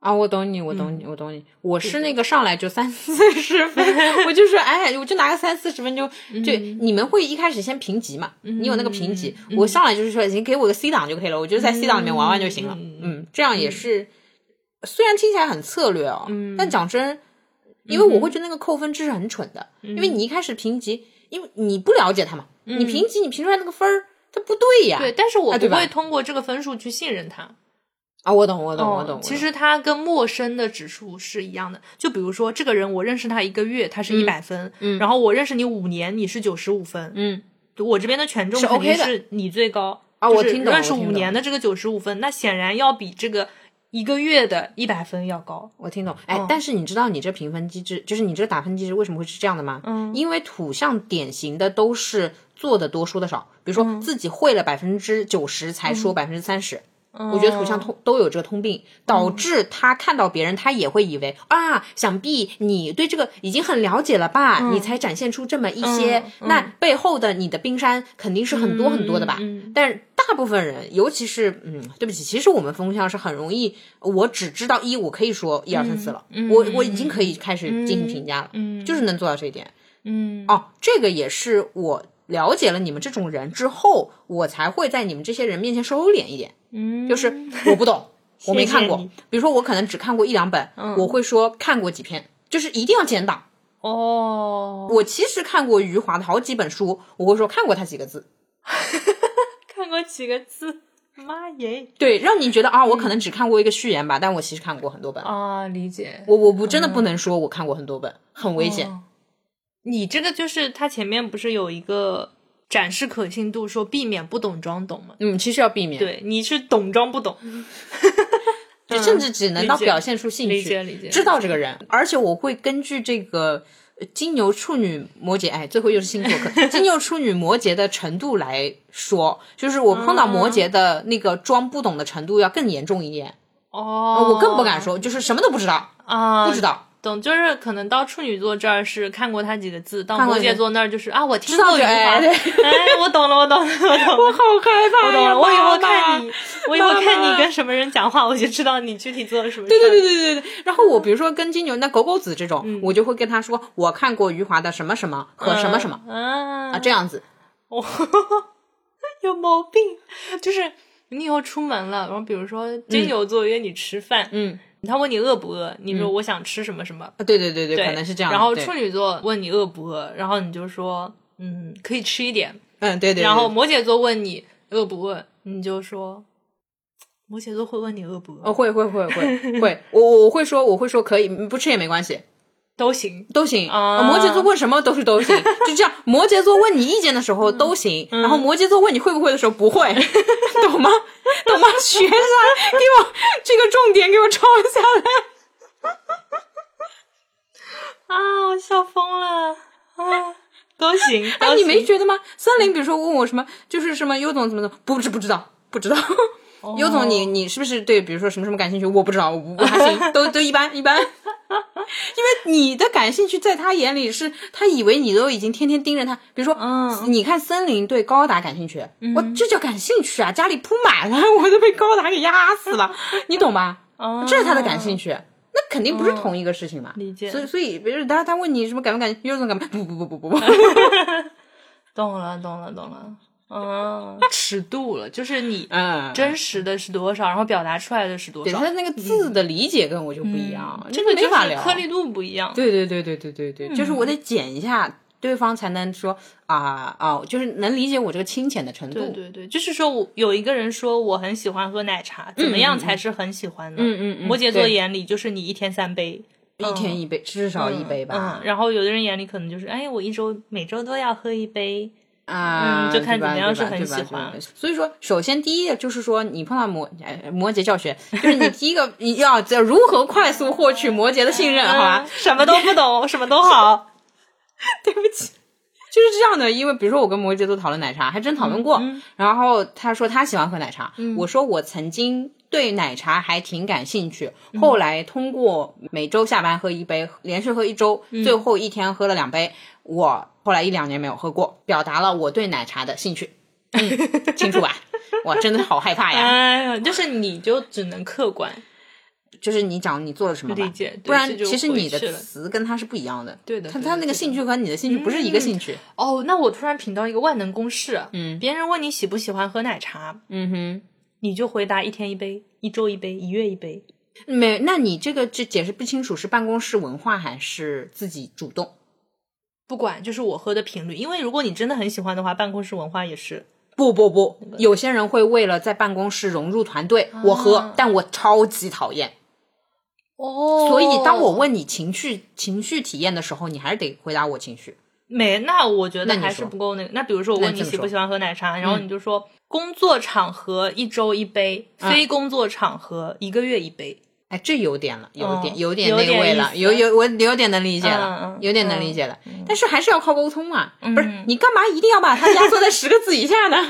Speaker 1: 啊，我懂你，我懂
Speaker 2: 嗯
Speaker 1: 你，我懂你。我是那个上来就三四十 分，我就说，哎，我就拿个三四十分就
Speaker 2: 嗯
Speaker 1: 就。你们会一开始先评级嘛？你有那个评级，
Speaker 2: 嗯
Speaker 1: 我上来就是说，你给我个 C 档就可以了，我就在 C 档里面玩玩就行了。
Speaker 2: 嗯嗯
Speaker 1: 嗯，这样也是，虽然听起来很策略哦，但讲真，因为我会觉得那个扣分制是很蠢的，
Speaker 2: 嗯
Speaker 1: 因为你一开始评级，因为你不了解他嘛，你评级你评出来那个分儿。它不对呀！
Speaker 2: 对，但是我
Speaker 1: 啊对
Speaker 2: 不
Speaker 1: 吧
Speaker 2: 会通过这个分数去信任他。
Speaker 1: 啊，我懂，我懂，我懂。我
Speaker 2: 哦其
Speaker 1: 懂
Speaker 2: 实他跟陌生的指数是一样的。就比如说，这个人我认识他一个月，他是一百分，然后我认识你五年，你是九十五分，
Speaker 1: 嗯，
Speaker 2: 我这边的权重
Speaker 1: 是
Speaker 2: 肯定
Speaker 1: OK 的
Speaker 2: 是你最高啊
Speaker 1: 我
Speaker 2: 就是
Speaker 1: 听懂
Speaker 2: 认识
Speaker 1: 我听
Speaker 2: 五
Speaker 1: 懂
Speaker 2: 年的这个九十五分，那显然要比这个一个月的一百分要高。
Speaker 1: 我听懂，哎，但是你知道你这评分机制，就是你这个打分机制为什么会是这样的吗？嗯，因为土象典型的都是做的多说的少，比如说自己会了百分之九十才说百分之三十。我觉得土
Speaker 2: 哦
Speaker 1: 象通都有这个通病，
Speaker 2: 嗯
Speaker 1: 导致他看到别人，他也会以为、啊，想必你对这个已经很了解了吧，
Speaker 2: 嗯
Speaker 1: 你才展现出这么一些。那背后的你的冰山肯定是很多很多的吧？
Speaker 2: 嗯
Speaker 1: 但是大部分人，尤其是嗯，对不起，其实我们风向是很容易，我只知道一，我可以说一二三四了，我我已经可以开始进行评价了，
Speaker 2: 嗯
Speaker 1: 就是能做到这一点。
Speaker 2: 嗯，
Speaker 1: 哦，这个也是我了解了你们这种人之后，我才会在你们这些人面前收敛一点。
Speaker 2: 嗯，
Speaker 1: 就是我不 懂，我没看过。
Speaker 2: 谢谢你嗯
Speaker 1: 比如说，我可能只看过一两本，我会说看过几篇，就是一定要减档。
Speaker 2: 哦，
Speaker 1: 我其实看过余华的好几本书，我会说看过他几个字，
Speaker 2: 看过几个字，妈耶！
Speaker 1: 对，让你觉得啊，
Speaker 2: 嗯
Speaker 1: 我可能只看过一个序言吧，但我其实看过很多本。
Speaker 2: 啊，理解。
Speaker 1: 我我不真的不能说我看过很多本，很危险。
Speaker 2: 哦你这个就是他前面不是有一个展示可信度，说避免不懂装懂吗？
Speaker 1: 嗯，其实要避免，
Speaker 2: 对，你是懂装不懂。
Speaker 1: 就甚至只能到
Speaker 2: 嗯理解
Speaker 1: 表现出兴
Speaker 2: 理
Speaker 1: 趣，
Speaker 2: 解理解
Speaker 1: 知道这个
Speaker 2: 嗯
Speaker 1: 人。而且我会根据这个呃金牛、处女、摩羯，哎，最后又是星座课， 金牛、处女、摩羯的程度来说，就是我碰到摩羯的那个装不懂的程度要更严重一点，
Speaker 2: 哦，
Speaker 1: 呃我更不敢说，就是什么都不知道，
Speaker 2: 啊，
Speaker 1: 不知道。
Speaker 2: 懂，就是可能到处女座这儿是看过他几个字，到
Speaker 1: 看过
Speaker 2: 摩
Speaker 1: 几
Speaker 2: 羯
Speaker 1: 个
Speaker 2: 座那儿就是啊，我听
Speaker 1: 知道
Speaker 2: 过余
Speaker 1: 就
Speaker 2: 华，
Speaker 1: 哎对
Speaker 2: 哎，我懂了，我懂了，我懂了。
Speaker 1: 好害怕
Speaker 2: 我懂了，我以后看
Speaker 1: 你。
Speaker 2: 你，我以后
Speaker 1: 妈
Speaker 2: 看你
Speaker 1: 妈
Speaker 2: 跟什么人讲话，我就知道你具体做了什么事。
Speaker 1: 对对对对对对。然后我比如说跟金牛那狗狗子这种，
Speaker 2: 嗯
Speaker 1: 我就会跟他说我看过余华的什么什么和什么什么、
Speaker 2: 啊
Speaker 1: 啊，这样子。
Speaker 2: 我有毛病，就是你以后出门了，然后比如说金牛座约你吃饭，
Speaker 1: 嗯，
Speaker 2: 他问你饿不饿，你说我想吃什么什么，
Speaker 1: 啊对对对对，
Speaker 2: 对
Speaker 1: 可能是这样的。
Speaker 2: 然后
Speaker 1: 对
Speaker 2: 处女座问你饿不饿，然后你就说嗯可以吃一点，
Speaker 1: 嗯对对对，
Speaker 2: 然后摩羯座问你饿不饿，你就说摩羯座会问你饿不饿，
Speaker 1: 哦会会会会会，我我我会说我会说可以不吃也没关系，
Speaker 2: 都行。
Speaker 1: 都行。
Speaker 2: 啊
Speaker 1: 摩羯座问什么都是都行，就这样。摩羯座问你意见的时候都行，然后摩羯座问你会不会的时候不会，懂吗？懂吗？学一下，给我这个重点给我抄下来。
Speaker 2: 啊，我笑疯了啊！都行，
Speaker 1: 哎，
Speaker 2: 都
Speaker 1: 你
Speaker 2: 行
Speaker 1: 没觉得吗？森林，比如说问我什么，就是什么优总怎么怎么，不知不知道，不知道。
Speaker 2: 哦
Speaker 1: 优总你，你是不是对，比如说什么什么感兴趣？我不知道，我我还行，都都一般一般。因 为你的感兴趣，在他眼里是他以为你都已经天天盯着他。比如说，
Speaker 2: 嗯
Speaker 1: 你看森林对高达感兴 趣，我这叫感兴趣啊！家里铺满了，我都被高达给压死了，你懂吧？
Speaker 2: 哦
Speaker 1: 这是他的感兴趣。那肯定不是同一个事情嘛，
Speaker 2: 嗯理解
Speaker 1: 所以，所以，比如他他问你什么感不感，有种感不不不不不 不，
Speaker 2: 啊懂了，懂了，懂了。 嗯，尺度了，就是你
Speaker 1: 嗯，
Speaker 2: 真实的是多少，然后表达出来的是多
Speaker 1: 对
Speaker 2: 少
Speaker 1: 他，的那个字的理解跟我就不一样，
Speaker 2: 这个
Speaker 1: 没
Speaker 2: 嗯就
Speaker 1: 法
Speaker 2: 是
Speaker 1: 聊。
Speaker 2: 颗粒嗯度不一样。
Speaker 1: 对对对对对对对，就是我得剪一下，对方才能说啊哦，就是能理解我这个清浅的程度。
Speaker 2: 对对对，就是说我有一个人说我很喜欢喝奶茶，怎么样才是很喜欢呢？
Speaker 1: 嗯嗯嗯嗯
Speaker 2: 摩羯座
Speaker 1: 对
Speaker 2: 眼里就是你一天三杯，
Speaker 1: 一天一杯，至少一杯吧
Speaker 2: 嗯，。然后有的人眼里可能就是，哎，我一周每周都要喝一杯，
Speaker 1: 啊，
Speaker 2: 嗯就看
Speaker 1: 对吧
Speaker 2: 怎么样是
Speaker 1: 对吧
Speaker 2: 很
Speaker 1: 对吧
Speaker 2: 喜
Speaker 1: 对吧
Speaker 2: 欢
Speaker 1: 对吧所以说，首先第一个就是说，你碰到摩哎摩羯教学，就是你第一个你要在如何快速获取摩羯的信任，好吧
Speaker 2: 嗯？什么都不懂，什么 都好，
Speaker 1: 就是这样的，因为比如说我跟摩羯座讨论奶茶，还真讨论过。
Speaker 2: 嗯
Speaker 1: 然后他说他喜欢喝奶茶，我说我曾经对奶茶还挺感兴趣，
Speaker 2: 嗯
Speaker 1: 后来通过每周下班喝一杯，连续喝一周，
Speaker 2: 嗯
Speaker 1: 最后一天喝了两杯，我后来一两年没有喝过，表达了我对奶茶的兴 趣。嗯，清楚吧？我真的好害怕呀！
Speaker 2: 哎呀，就是你就只能客观
Speaker 1: 就是你讲你做了什么吧，
Speaker 2: 理解对
Speaker 1: 不然
Speaker 2: 这就
Speaker 1: 其实你的
Speaker 2: 回去了
Speaker 1: 词跟他是不一样的。
Speaker 2: 对的
Speaker 1: 他
Speaker 2: 对
Speaker 1: 他
Speaker 2: 的
Speaker 1: 那个兴趣和你的兴趣不是一个兴趣。
Speaker 2: 哦。那我突然品到一个万能公式，嗯，别人问你喜不喜欢喝奶茶，
Speaker 1: 嗯哼。
Speaker 2: 你就回答一天一杯，一周一杯，一月一杯。
Speaker 1: 没，那你这个这解释不清楚，是办公室文化还是自己主动？
Speaker 2: 不管，就是我喝的频率，因为如果你真的很喜欢的话，办公室文化也是
Speaker 1: 不不不，有些人会为了在办公室融入团队，我喝，但我超级讨厌。
Speaker 2: 哦
Speaker 1: 所以当我问你情绪情绪体验的时候，你还是得回答我情绪。
Speaker 2: 没，那我觉
Speaker 1: 那
Speaker 2: 得
Speaker 1: 你
Speaker 2: 还是
Speaker 1: 说
Speaker 2: 不够那个。那比如说，我
Speaker 1: 那
Speaker 2: 问
Speaker 1: 你
Speaker 2: 你
Speaker 1: 这么
Speaker 2: 喜不
Speaker 1: 说嗯
Speaker 2: 喜欢喝奶茶，然后你就说工作场合一周一杯，
Speaker 1: 嗯
Speaker 2: 非工作场合一个月一杯。
Speaker 1: 哎，这有点了，有点、
Speaker 2: 嗯
Speaker 1: 有点
Speaker 2: 有
Speaker 1: 那
Speaker 2: 点
Speaker 1: 个味了，
Speaker 2: 意思
Speaker 1: 有有我有点能理解了，
Speaker 2: 嗯嗯
Speaker 1: 有点能理解了。但是还是要靠沟通嘛，不是
Speaker 2: 嗯
Speaker 1: 你干嘛一定要把它压缩在十个字以下呢？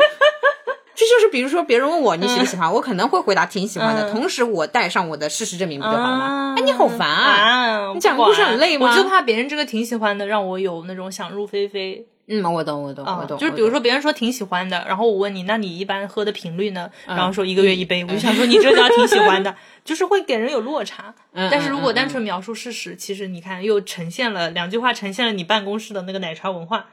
Speaker 1: 这就是比如说别人问我你喜不喜欢，我可能会回答挺喜欢的，
Speaker 2: 嗯
Speaker 1: 同时我带上我的事实证明不就好了吗？
Speaker 2: 啊
Speaker 1: 哎，你好烦啊！
Speaker 2: 啊！
Speaker 1: 你讲
Speaker 2: 不
Speaker 1: 故事
Speaker 2: 管
Speaker 1: 很累吗
Speaker 2: 我就怕别人这个挺喜欢的，让我有那种想入非非
Speaker 1: 嗯，我懂，我懂，
Speaker 2: 啊
Speaker 1: 我。懂。
Speaker 2: 就是比
Speaker 1: 我
Speaker 2: 如
Speaker 1: 懂
Speaker 2: 说别人说挺喜欢的，然后我问你，那你一般喝的频率呢？
Speaker 1: 嗯
Speaker 2: 然后说一个月一杯，我就想说你这叫挺喜欢的， 就是会给人有落差。
Speaker 1: 嗯
Speaker 2: 但是如
Speaker 1: 嗯
Speaker 2: 果
Speaker 1: 嗯
Speaker 2: 单纯描述事实，其实你看又呈现了两句话，呈现了你办公室的那个奶茶文化。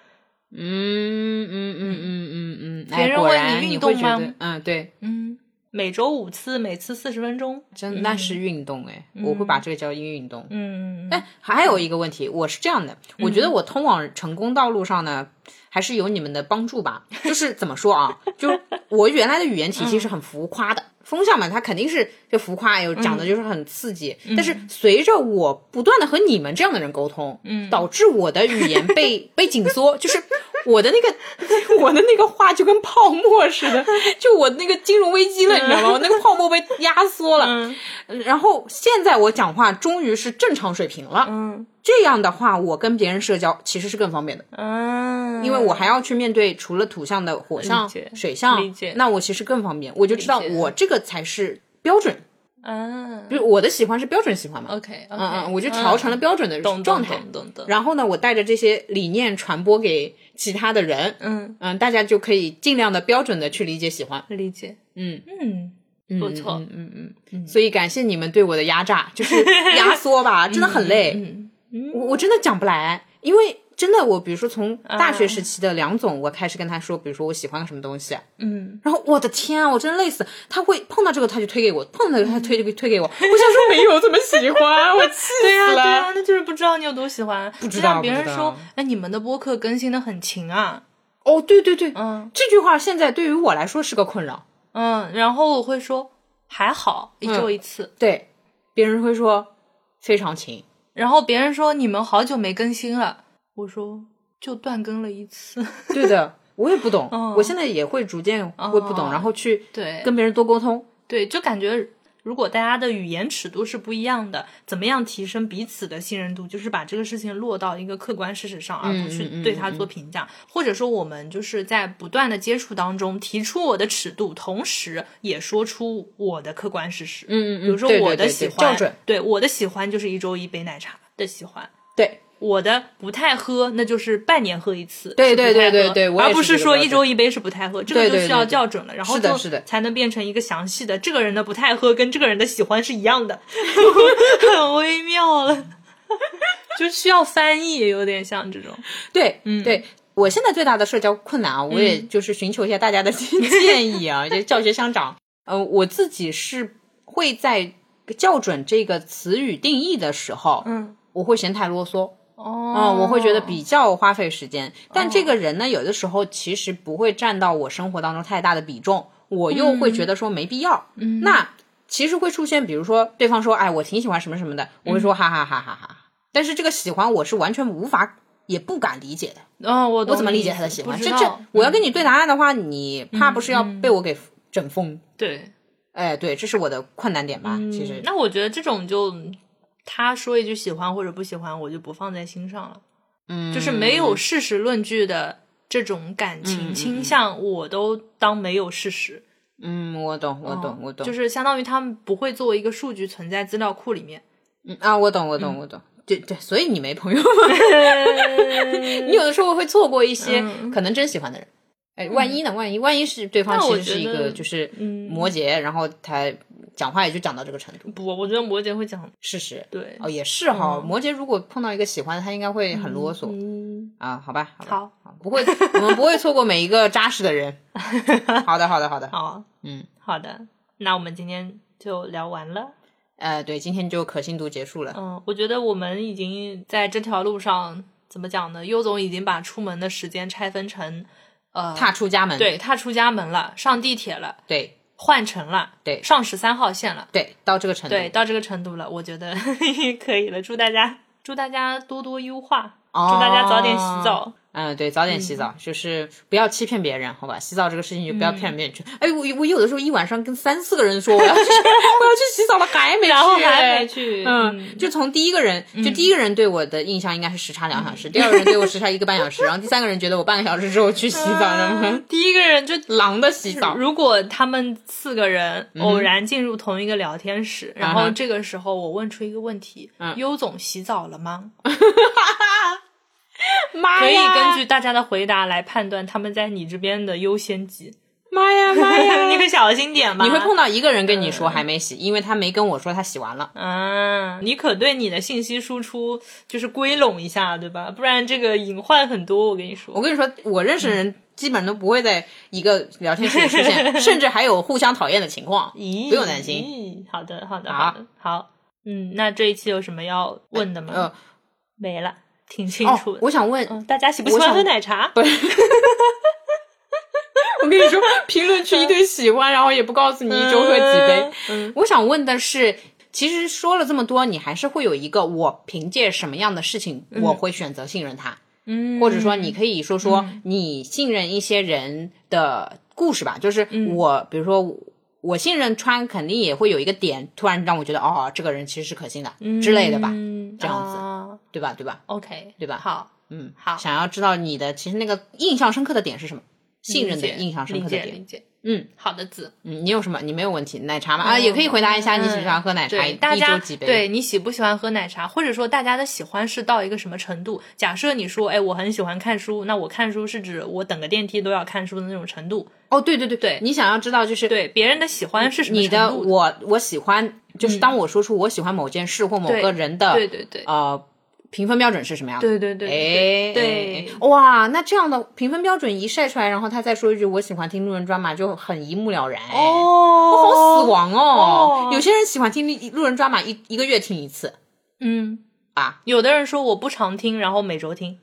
Speaker 1: 嗯嗯嗯嗯嗯嗯，哎
Speaker 2: 别人
Speaker 1: 果
Speaker 2: 问
Speaker 1: 然
Speaker 2: 你运
Speaker 1: 会
Speaker 2: 动
Speaker 1: 觉
Speaker 2: 吗
Speaker 1: 得嗯，对，
Speaker 2: 嗯，每周五次，每次四十分钟。
Speaker 1: 真那是运动哎，我会把这个叫运动。
Speaker 2: 嗯，
Speaker 1: 但还有一个问题，我是这样的，我觉得我通往成功道路上呢，还是有你们的帮助吧。就是怎么说啊，就我原来的语言体
Speaker 2: 嗯
Speaker 1: 系是很浮夸的，风向嘛，它肯定是就浮夸，有讲
Speaker 2: 嗯
Speaker 1: 的就是很刺激。但是随着我不断的和你们这样的人沟通，嗯，导致我的语言被被紧缩，就是。我的那个，我的那个话就跟泡沫似的，就我那个金融危机了，你知道吗？我那个泡沫被压缩了，
Speaker 2: 嗯
Speaker 1: 然后现在我讲话终于是正常水平了，
Speaker 2: 嗯
Speaker 1: 这样的话我跟别人社交其实是更方便的，
Speaker 2: 嗯，
Speaker 1: 因为我还要去面对除了土象的火象
Speaker 2: 理解、
Speaker 1: 水象
Speaker 2: 理解，
Speaker 1: 那我其实更方便，我就知道
Speaker 2: 理解
Speaker 1: 我这个才是标准，
Speaker 2: 嗯
Speaker 1: 就是我的喜欢是标准喜欢嘛，
Speaker 2: 哦，OK，嗯
Speaker 1: 嗯嗯，我就调成了标准的
Speaker 2: 懂
Speaker 1: 状态，
Speaker 2: 懂懂懂。
Speaker 1: 然后呢，我带着这些理念传播给其他的人，
Speaker 2: 嗯，
Speaker 1: 嗯，大家就可以尽量的标准的去理解喜欢，
Speaker 2: 理解。
Speaker 1: 嗯。
Speaker 2: 嗯，不错。
Speaker 1: 嗯嗯嗯嗯，所以感谢你们对我的压 榨，就是压缩吧，真的很累。
Speaker 2: 嗯
Speaker 1: 我我真的讲不来，因为真的我，比如说从
Speaker 2: 嗯
Speaker 1: 大学时期的梁总，我开始跟他说，比如说我喜欢个什么东西，
Speaker 2: 嗯，
Speaker 1: 然后我的天啊，我真累死。他会碰到这个他就推给我，碰
Speaker 2: 嗯
Speaker 1: 到这个他推推推 给我，我想说没有这么喜欢，我气
Speaker 2: 对呀、
Speaker 1: 死
Speaker 2: 对呀、
Speaker 1: 了。
Speaker 2: 那就是不知道你有多喜欢，不
Speaker 1: 知道
Speaker 2: 让别人
Speaker 1: 不知道
Speaker 2: 说，哎，你们的播客更新的很勤啊，
Speaker 1: 哦，对对对，
Speaker 2: 嗯
Speaker 1: 这句话现在对于我来说是个困扰。
Speaker 2: 嗯，然后我会说还好，
Speaker 1: 嗯
Speaker 2: 一周一次，
Speaker 1: 对，别人会说非常勤，
Speaker 2: 然后别人说你们好久没更新了，我说就断更了一次，
Speaker 1: 对的，我也不懂，
Speaker 2: 嗯
Speaker 1: 我现在也会逐渐会不懂，
Speaker 2: 哦
Speaker 1: 然后去
Speaker 2: 对，
Speaker 1: 跟别人多沟通。
Speaker 2: 对，就感觉如果大家的语言尺度是不一样的，怎么样提升彼此的信任度，就是把这个事情落到一个客观事实上，而不
Speaker 1: 嗯嗯
Speaker 2: 去
Speaker 1: 嗯
Speaker 2: 对它做评价，或者说我们就是在不断的接触当中提出我的尺度，同时也说出我的客观事实。
Speaker 1: 嗯嗯嗯，
Speaker 2: 比如说
Speaker 1: 对对
Speaker 2: 我
Speaker 1: 对
Speaker 2: 的
Speaker 1: 对
Speaker 2: 喜欢，
Speaker 1: 校准，
Speaker 2: 对我的喜欢就是一周一杯奶茶的喜欢。
Speaker 1: 对，
Speaker 2: 我的不太喝，那就是半年喝一次，
Speaker 1: 对
Speaker 2: 是不
Speaker 1: 对对
Speaker 2: 太
Speaker 1: 对
Speaker 2: 喝
Speaker 1: 对我也
Speaker 2: 而
Speaker 1: 是
Speaker 2: 不
Speaker 1: 这
Speaker 2: 是
Speaker 1: 个
Speaker 2: 说
Speaker 1: 标
Speaker 2: 一
Speaker 1: 准
Speaker 2: 周一杯是不太喝，这个
Speaker 1: 对
Speaker 2: 就
Speaker 1: 对
Speaker 2: 需
Speaker 1: 对
Speaker 2: 要
Speaker 1: 对
Speaker 2: 校准了，然后
Speaker 1: 是的
Speaker 2: 就是
Speaker 1: 的
Speaker 2: 才能变成一个详细的，这个人的不太喝跟这个人的喜欢是一 样的， 很微妙了， 就需要翻译，有点像这种，
Speaker 1: 对，嗯，对。我现在最大的社交困难啊，我也
Speaker 2: 嗯
Speaker 1: 就是寻求一下大家的建议 啊，就教学相长。呃，我自己是会在校准这个词语定义的时候，
Speaker 2: 嗯，
Speaker 1: 我会嫌太啰嗦，
Speaker 2: 哦
Speaker 1: 嗯，我会觉得比较花费时间。但这个人呢，有的时候其实不会占到我生活当中太大的比重，我又
Speaker 2: 嗯
Speaker 1: 会觉得说没必要。嗯，那其实会出现，比如说对方说：“哎，我挺喜欢什么什么的。”我会说：“
Speaker 2: 嗯
Speaker 1: 哈哈哈哈哈。”但是这个喜欢我是完全无法也不敢理解的。
Speaker 2: 哦，我
Speaker 1: 我
Speaker 2: 我
Speaker 1: 怎么理解他的喜欢？
Speaker 2: 不
Speaker 1: 这
Speaker 2: 知
Speaker 1: 这
Speaker 2: 道，嗯
Speaker 1: 我要跟你对答案的话，你怕不是要被我给整疯？
Speaker 2: 对，
Speaker 1: 哎，对，这是我的困难点吧。其实，
Speaker 2: 那我觉得这种就他说一句喜欢或者不喜欢，我就不放在心上了。
Speaker 1: 嗯，
Speaker 2: 就是没有事实论据的这种感情倾向，我都当没有事实。
Speaker 1: 嗯，我懂，我懂，我懂，
Speaker 2: 哦就是相当于他们不会作为一个数据存在资料库 里面。
Speaker 1: 嗯啊，我懂，我懂，我懂。对对，所以你没朋友吗？你有的时候会错过一些
Speaker 2: 嗯
Speaker 1: 可能真喜欢的人。哎，万一呢？万一万一是对方
Speaker 2: 那
Speaker 1: 其
Speaker 2: 我
Speaker 1: 实是
Speaker 2: 觉
Speaker 1: 一
Speaker 2: 得嗯
Speaker 1: 个就是摩羯，然后他讲话也就讲到这个程度，
Speaker 2: 不，我觉得摩羯会讲
Speaker 1: 事实。
Speaker 2: 对。
Speaker 1: 哦，也是哈。摩羯如果碰到一个喜欢的，他应该会很啰嗦
Speaker 2: 嗯，
Speaker 1: 啊。好吧，好吧。
Speaker 2: 好，
Speaker 1: 不会， 我们不会错过每一个扎实的 人。好的，好的，好的。
Speaker 2: 好，啊
Speaker 1: 嗯，
Speaker 2: 好的，那我们今天就聊完了。
Speaker 1: 呃，对，今天就可信度结束了。
Speaker 2: 嗯，我觉得我们已经在这条路上怎么讲呢？优总已经把出门的时间拆分成，呃，
Speaker 1: 踏出家门，
Speaker 2: 对，踏出家门了，上地铁了，
Speaker 1: 对
Speaker 2: 换乘了，
Speaker 1: 对嗯
Speaker 2: 上十三号线了。
Speaker 1: 对，到这个程度。
Speaker 2: 对，到这个程度了，我觉得 可以了。祝大家，祝大家多多优化，
Speaker 1: 哦
Speaker 2: 祝大家早点洗澡。
Speaker 1: 嗯，对，早点洗澡，就是不要欺骗别人，好吧？洗澡这个事情就不要骗别人去。哎，我我有的时候一晚上跟三四个人说我要去，我要 去洗澡了，还没去，
Speaker 2: 然后还没。去，
Speaker 1: 嗯，就从第一个人，就第一个人对我的印象应该是时差两小时，第二个人对我时差一个半小时，然后第三个人觉得我半个小时之后去洗澡，然后
Speaker 2: 第一个人就。
Speaker 1: 狼的洗 澡，
Speaker 2: 如果他们四个人
Speaker 1: 嗯
Speaker 2: 偶然进入同一个聊天室，然
Speaker 1: 啊
Speaker 2: 后
Speaker 1: 哈
Speaker 2: 这个时候我问出一个问题：
Speaker 1: 嗯
Speaker 2: 优总洗澡了吗？
Speaker 1: 妈
Speaker 2: 可以
Speaker 1: 哎呀！
Speaker 2: 根据大家的回答来判断他们在你这边的优先级。
Speaker 1: 妈呀妈 呀！
Speaker 2: 你可小心点吧。
Speaker 1: 你会碰到一个人跟你
Speaker 2: 嗯
Speaker 1: 说还没洗，因为他没跟我说他洗完了。
Speaker 2: 啊，你可对你的信息输出就是归拢一下，对吧？不然这个隐患很多，我跟你
Speaker 1: 我
Speaker 2: 说。
Speaker 1: 跟你说，我认识的人基本上都不会在一个聊天室里出 现，甚至还有互相讨厌的情况。
Speaker 2: 咦，
Speaker 1: 不用担心
Speaker 2: 咦。好的，好的，
Speaker 1: 好
Speaker 2: 好的，好。嗯，那这一期有什么要问的吗？
Speaker 1: 呃，
Speaker 2: 没了，挺嗯清
Speaker 1: 哦
Speaker 2: 楚的。，
Speaker 1: 我想问，
Speaker 2: 嗯，大家喜不喜
Speaker 1: 我
Speaker 2: 欢
Speaker 1: 想
Speaker 2: 喝奶茶？
Speaker 1: 我跟你说，评论区一堆喜欢，然后也不告诉你一周喝几杯。
Speaker 2: 嗯
Speaker 1: 我想问的是，其实说了这么多，你还是会有一个我凭借什么样的事情，我会选择信任他。
Speaker 2: 嗯，
Speaker 1: 或者说你可以说说你信任一些人的故事吧，就是
Speaker 2: 嗯
Speaker 1: 我，比如说我信任川，肯定也会有一个点，突然让我觉得哦，这个人其实是可信的之类的吧，
Speaker 2: 嗯
Speaker 1: 这样子
Speaker 2: 啊
Speaker 1: 对吧？对吧？
Speaker 2: OK，
Speaker 1: 对吧
Speaker 2: 好，
Speaker 1: 嗯，
Speaker 2: 好
Speaker 1: 想要知道你的其实那个印象深刻的点是什么？信任的
Speaker 2: 理解
Speaker 1: 印象深刻的
Speaker 2: 理解，理
Speaker 1: 点，
Speaker 2: 解。
Speaker 1: 嗯，
Speaker 2: 好的，子。
Speaker 1: 嗯，你有什么？你没有问题，奶茶吗？啊，也可以回答一下，你喜不喜欢喝奶茶？
Speaker 2: 哦嗯对，
Speaker 1: 一
Speaker 2: 大
Speaker 1: 一周
Speaker 2: 家
Speaker 1: 几杯？
Speaker 2: 对你喜不喜欢喝奶茶，或者说大家的喜欢是到一个什么程度？假设你说，哎，我很喜欢看书，那我看书是指我等个电梯都要看书的那种程度。
Speaker 1: 哦，对对对
Speaker 2: 对
Speaker 1: 你想要知道就是
Speaker 2: 对，别人的喜欢是什么
Speaker 1: 你的
Speaker 2: 程度？嗯
Speaker 1: 我我喜欢，就是当我说出我喜欢某件事或某
Speaker 2: 对
Speaker 1: 个人的
Speaker 2: 对对对
Speaker 1: 呃评分标准是什么样的？
Speaker 2: 对对对对
Speaker 1: 哎，
Speaker 2: 对
Speaker 1: 哎，哎哇，那这样的评分标准一晒出来，然后他再说一句“我喜欢听路人抓马”，就很一目了然。
Speaker 2: 嗯
Speaker 1: 哦，好
Speaker 2: 哦
Speaker 1: 死亡哦！
Speaker 2: 哦
Speaker 1: 有些人喜欢听路人抓马一一个月听一次
Speaker 2: 嗯，
Speaker 1: 啊。
Speaker 2: 有的人说我不常听，然后每周听，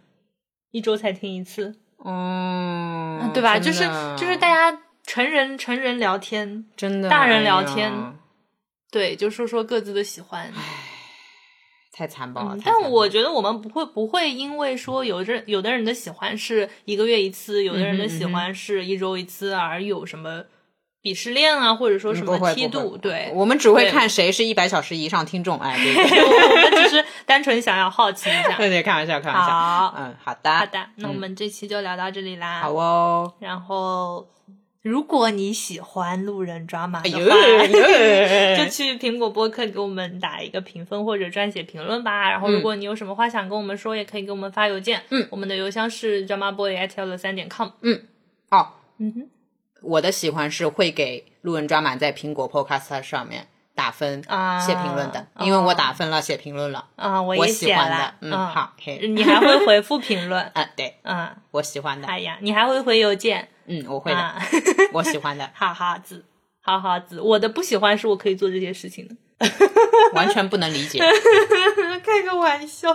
Speaker 2: 一周才听一次，
Speaker 1: 嗯，
Speaker 2: 哦对吧？
Speaker 1: 真
Speaker 2: 就是
Speaker 1: 的
Speaker 2: 就是大家成人成人聊天，
Speaker 1: 真的
Speaker 2: 大人聊
Speaker 1: 哎呀
Speaker 2: 天对，就说说各自的喜欢。
Speaker 1: 太残暴了。太
Speaker 2: 嗯但
Speaker 1: 残
Speaker 2: 我
Speaker 1: 暴了
Speaker 2: 觉得我们不会不会因为说有的人有的人的喜欢是一个月一次，有的人的
Speaker 1: 嗯
Speaker 2: 喜欢是一周一次而有什么鄙视链啊，或者说什
Speaker 1: 嗯不会
Speaker 2: 么梯
Speaker 1: 不会
Speaker 2: 度，对。
Speaker 1: 我们只会
Speaker 2: 对
Speaker 1: 看谁是一百小时以上听众，哎，对对对。
Speaker 2: 我们只是单纯想要好奇一 下。
Speaker 1: 对对，开玩笑，开玩笑。
Speaker 2: 好，
Speaker 1: 嗯，好的，哦
Speaker 2: 好的，那我们这期就聊到这里啦。
Speaker 1: 好哦，
Speaker 2: 然后如果你喜欢路人抓马的
Speaker 1: 哎
Speaker 2: 话，
Speaker 1: 呦哎呦
Speaker 2: 就去苹果播客给我们打一个评分或者撰写评论吧。然后，如果你有什么话想跟我们说，也可以给我们发邮件。
Speaker 1: 嗯，
Speaker 2: 我们的邮箱是 dramaboy at 1 6 3点 com。
Speaker 1: 哦，
Speaker 2: 嗯哼，
Speaker 1: 我的喜欢是会给路人抓马在苹果 Podcast 上面打分、
Speaker 2: 啊
Speaker 1: 写评论的，因为我打分了，写评论了，
Speaker 2: 啊、我
Speaker 1: 我
Speaker 2: 也
Speaker 1: 喜
Speaker 2: 写
Speaker 1: 欢
Speaker 2: 了
Speaker 1: 的，，嗯，
Speaker 2: 啊
Speaker 1: 好，嘿，，
Speaker 2: 你还会回复评论
Speaker 1: 啊，对
Speaker 2: 嗯，
Speaker 1: 我喜欢的，
Speaker 2: 哎呀，你还会回邮件，
Speaker 1: 嗯，我会的，
Speaker 2: 啊、
Speaker 1: 我喜欢的，
Speaker 2: 哈哈子，哈哈子，我的不喜欢是我可以做这些事情的，
Speaker 1: 完全不能理解，
Speaker 2: 开个玩笑，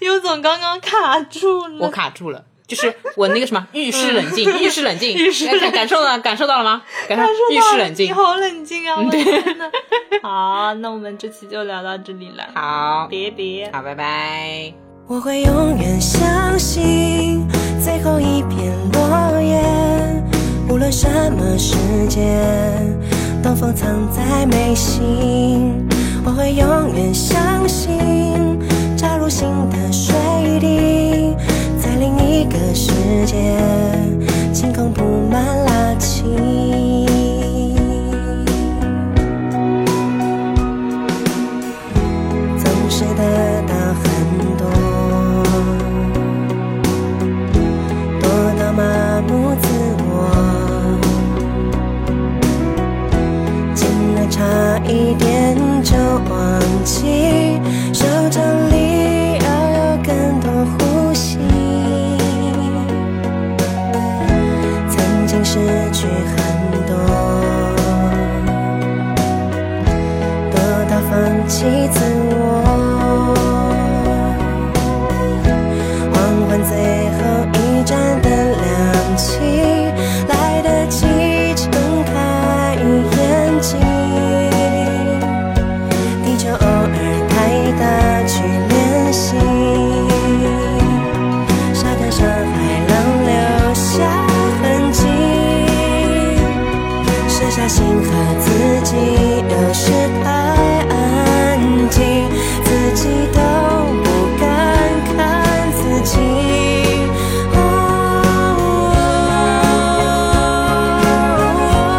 Speaker 2: 优总刚刚卡住了，
Speaker 1: 我卡住了。就是我那个什么，遇事冷静，
Speaker 2: 嗯
Speaker 1: 遇事冷静，遇
Speaker 2: 事
Speaker 1: 感感受到感受到了吗？感受遇事冷
Speaker 2: 你
Speaker 1: 静。
Speaker 2: 好冷静啊！我的天呐。 好，那我们这期就聊到这里了，
Speaker 1: 好，
Speaker 2: 别别。
Speaker 1: 好，拜拜。
Speaker 3: 我会永远相信最后一片落叶，无论什么时间，东风藏在眉心。我会永远相信扎入心的水滴，在另一个世界，晴空布满拉青。总是得到很多，多到麻木自我，竟然差一点就忘记，手掌里要有更多呼吸。曾经失去很多。多到放弃自我。黄昏最后一盏灯亮起，来得及睁开眼睛。地球偶尔太大去练习，沙滩上海浪留下痕迹。剩下心和自己，有时太安静，自己都不敢看自己。哦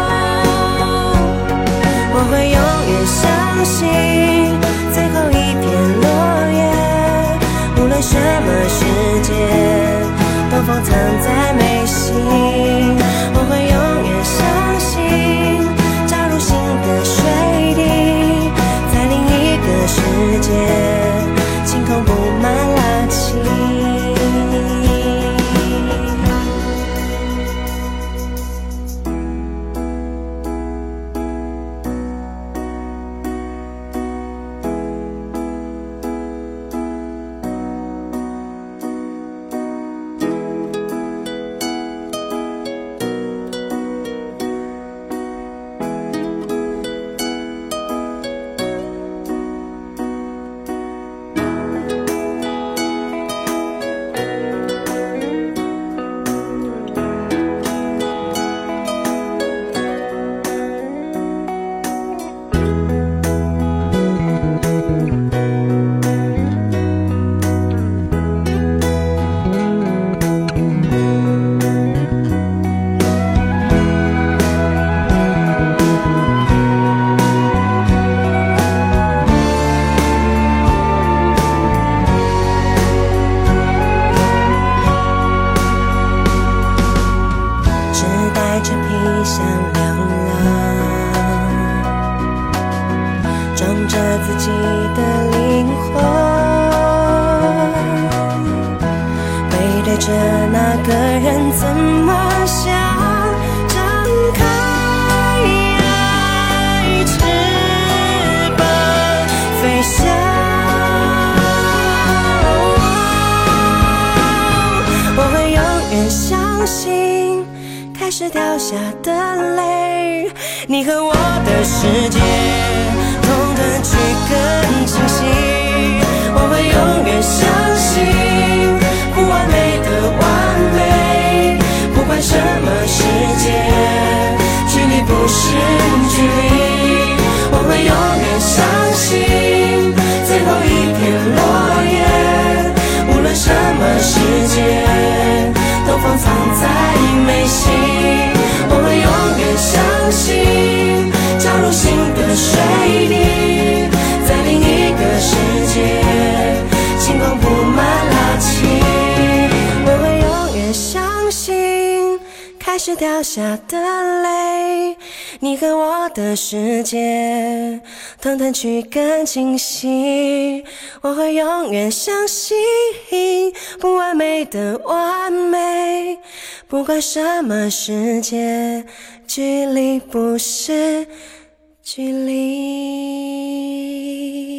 Speaker 3: 我会永远相信最后一片落叶，无论什么时间，东风藏在眉心。我会永远相信扎入心的水滴，在另一个世界，晴空布满拉青。只带着皮箱流浪，装着自己的灵魂，背对着那个人怎么想？张开爱翅膀飞翔。我会永远相信开始掉下的泪，你和我的世界同等去更清晰。我会永远相信不完美的完美，不管什么世界，距离不是距离。我会永远相信最后一片落叶。无论什么世界，都放藏在眉心。我会永心，跳入新的水滴，在另一个世界，星光布满拉起。我会永远相信，开始掉下的泪，你和我的世界，通通去更清晰。我会永远相信，不完美的完美，不管什么世界，距离不是距离。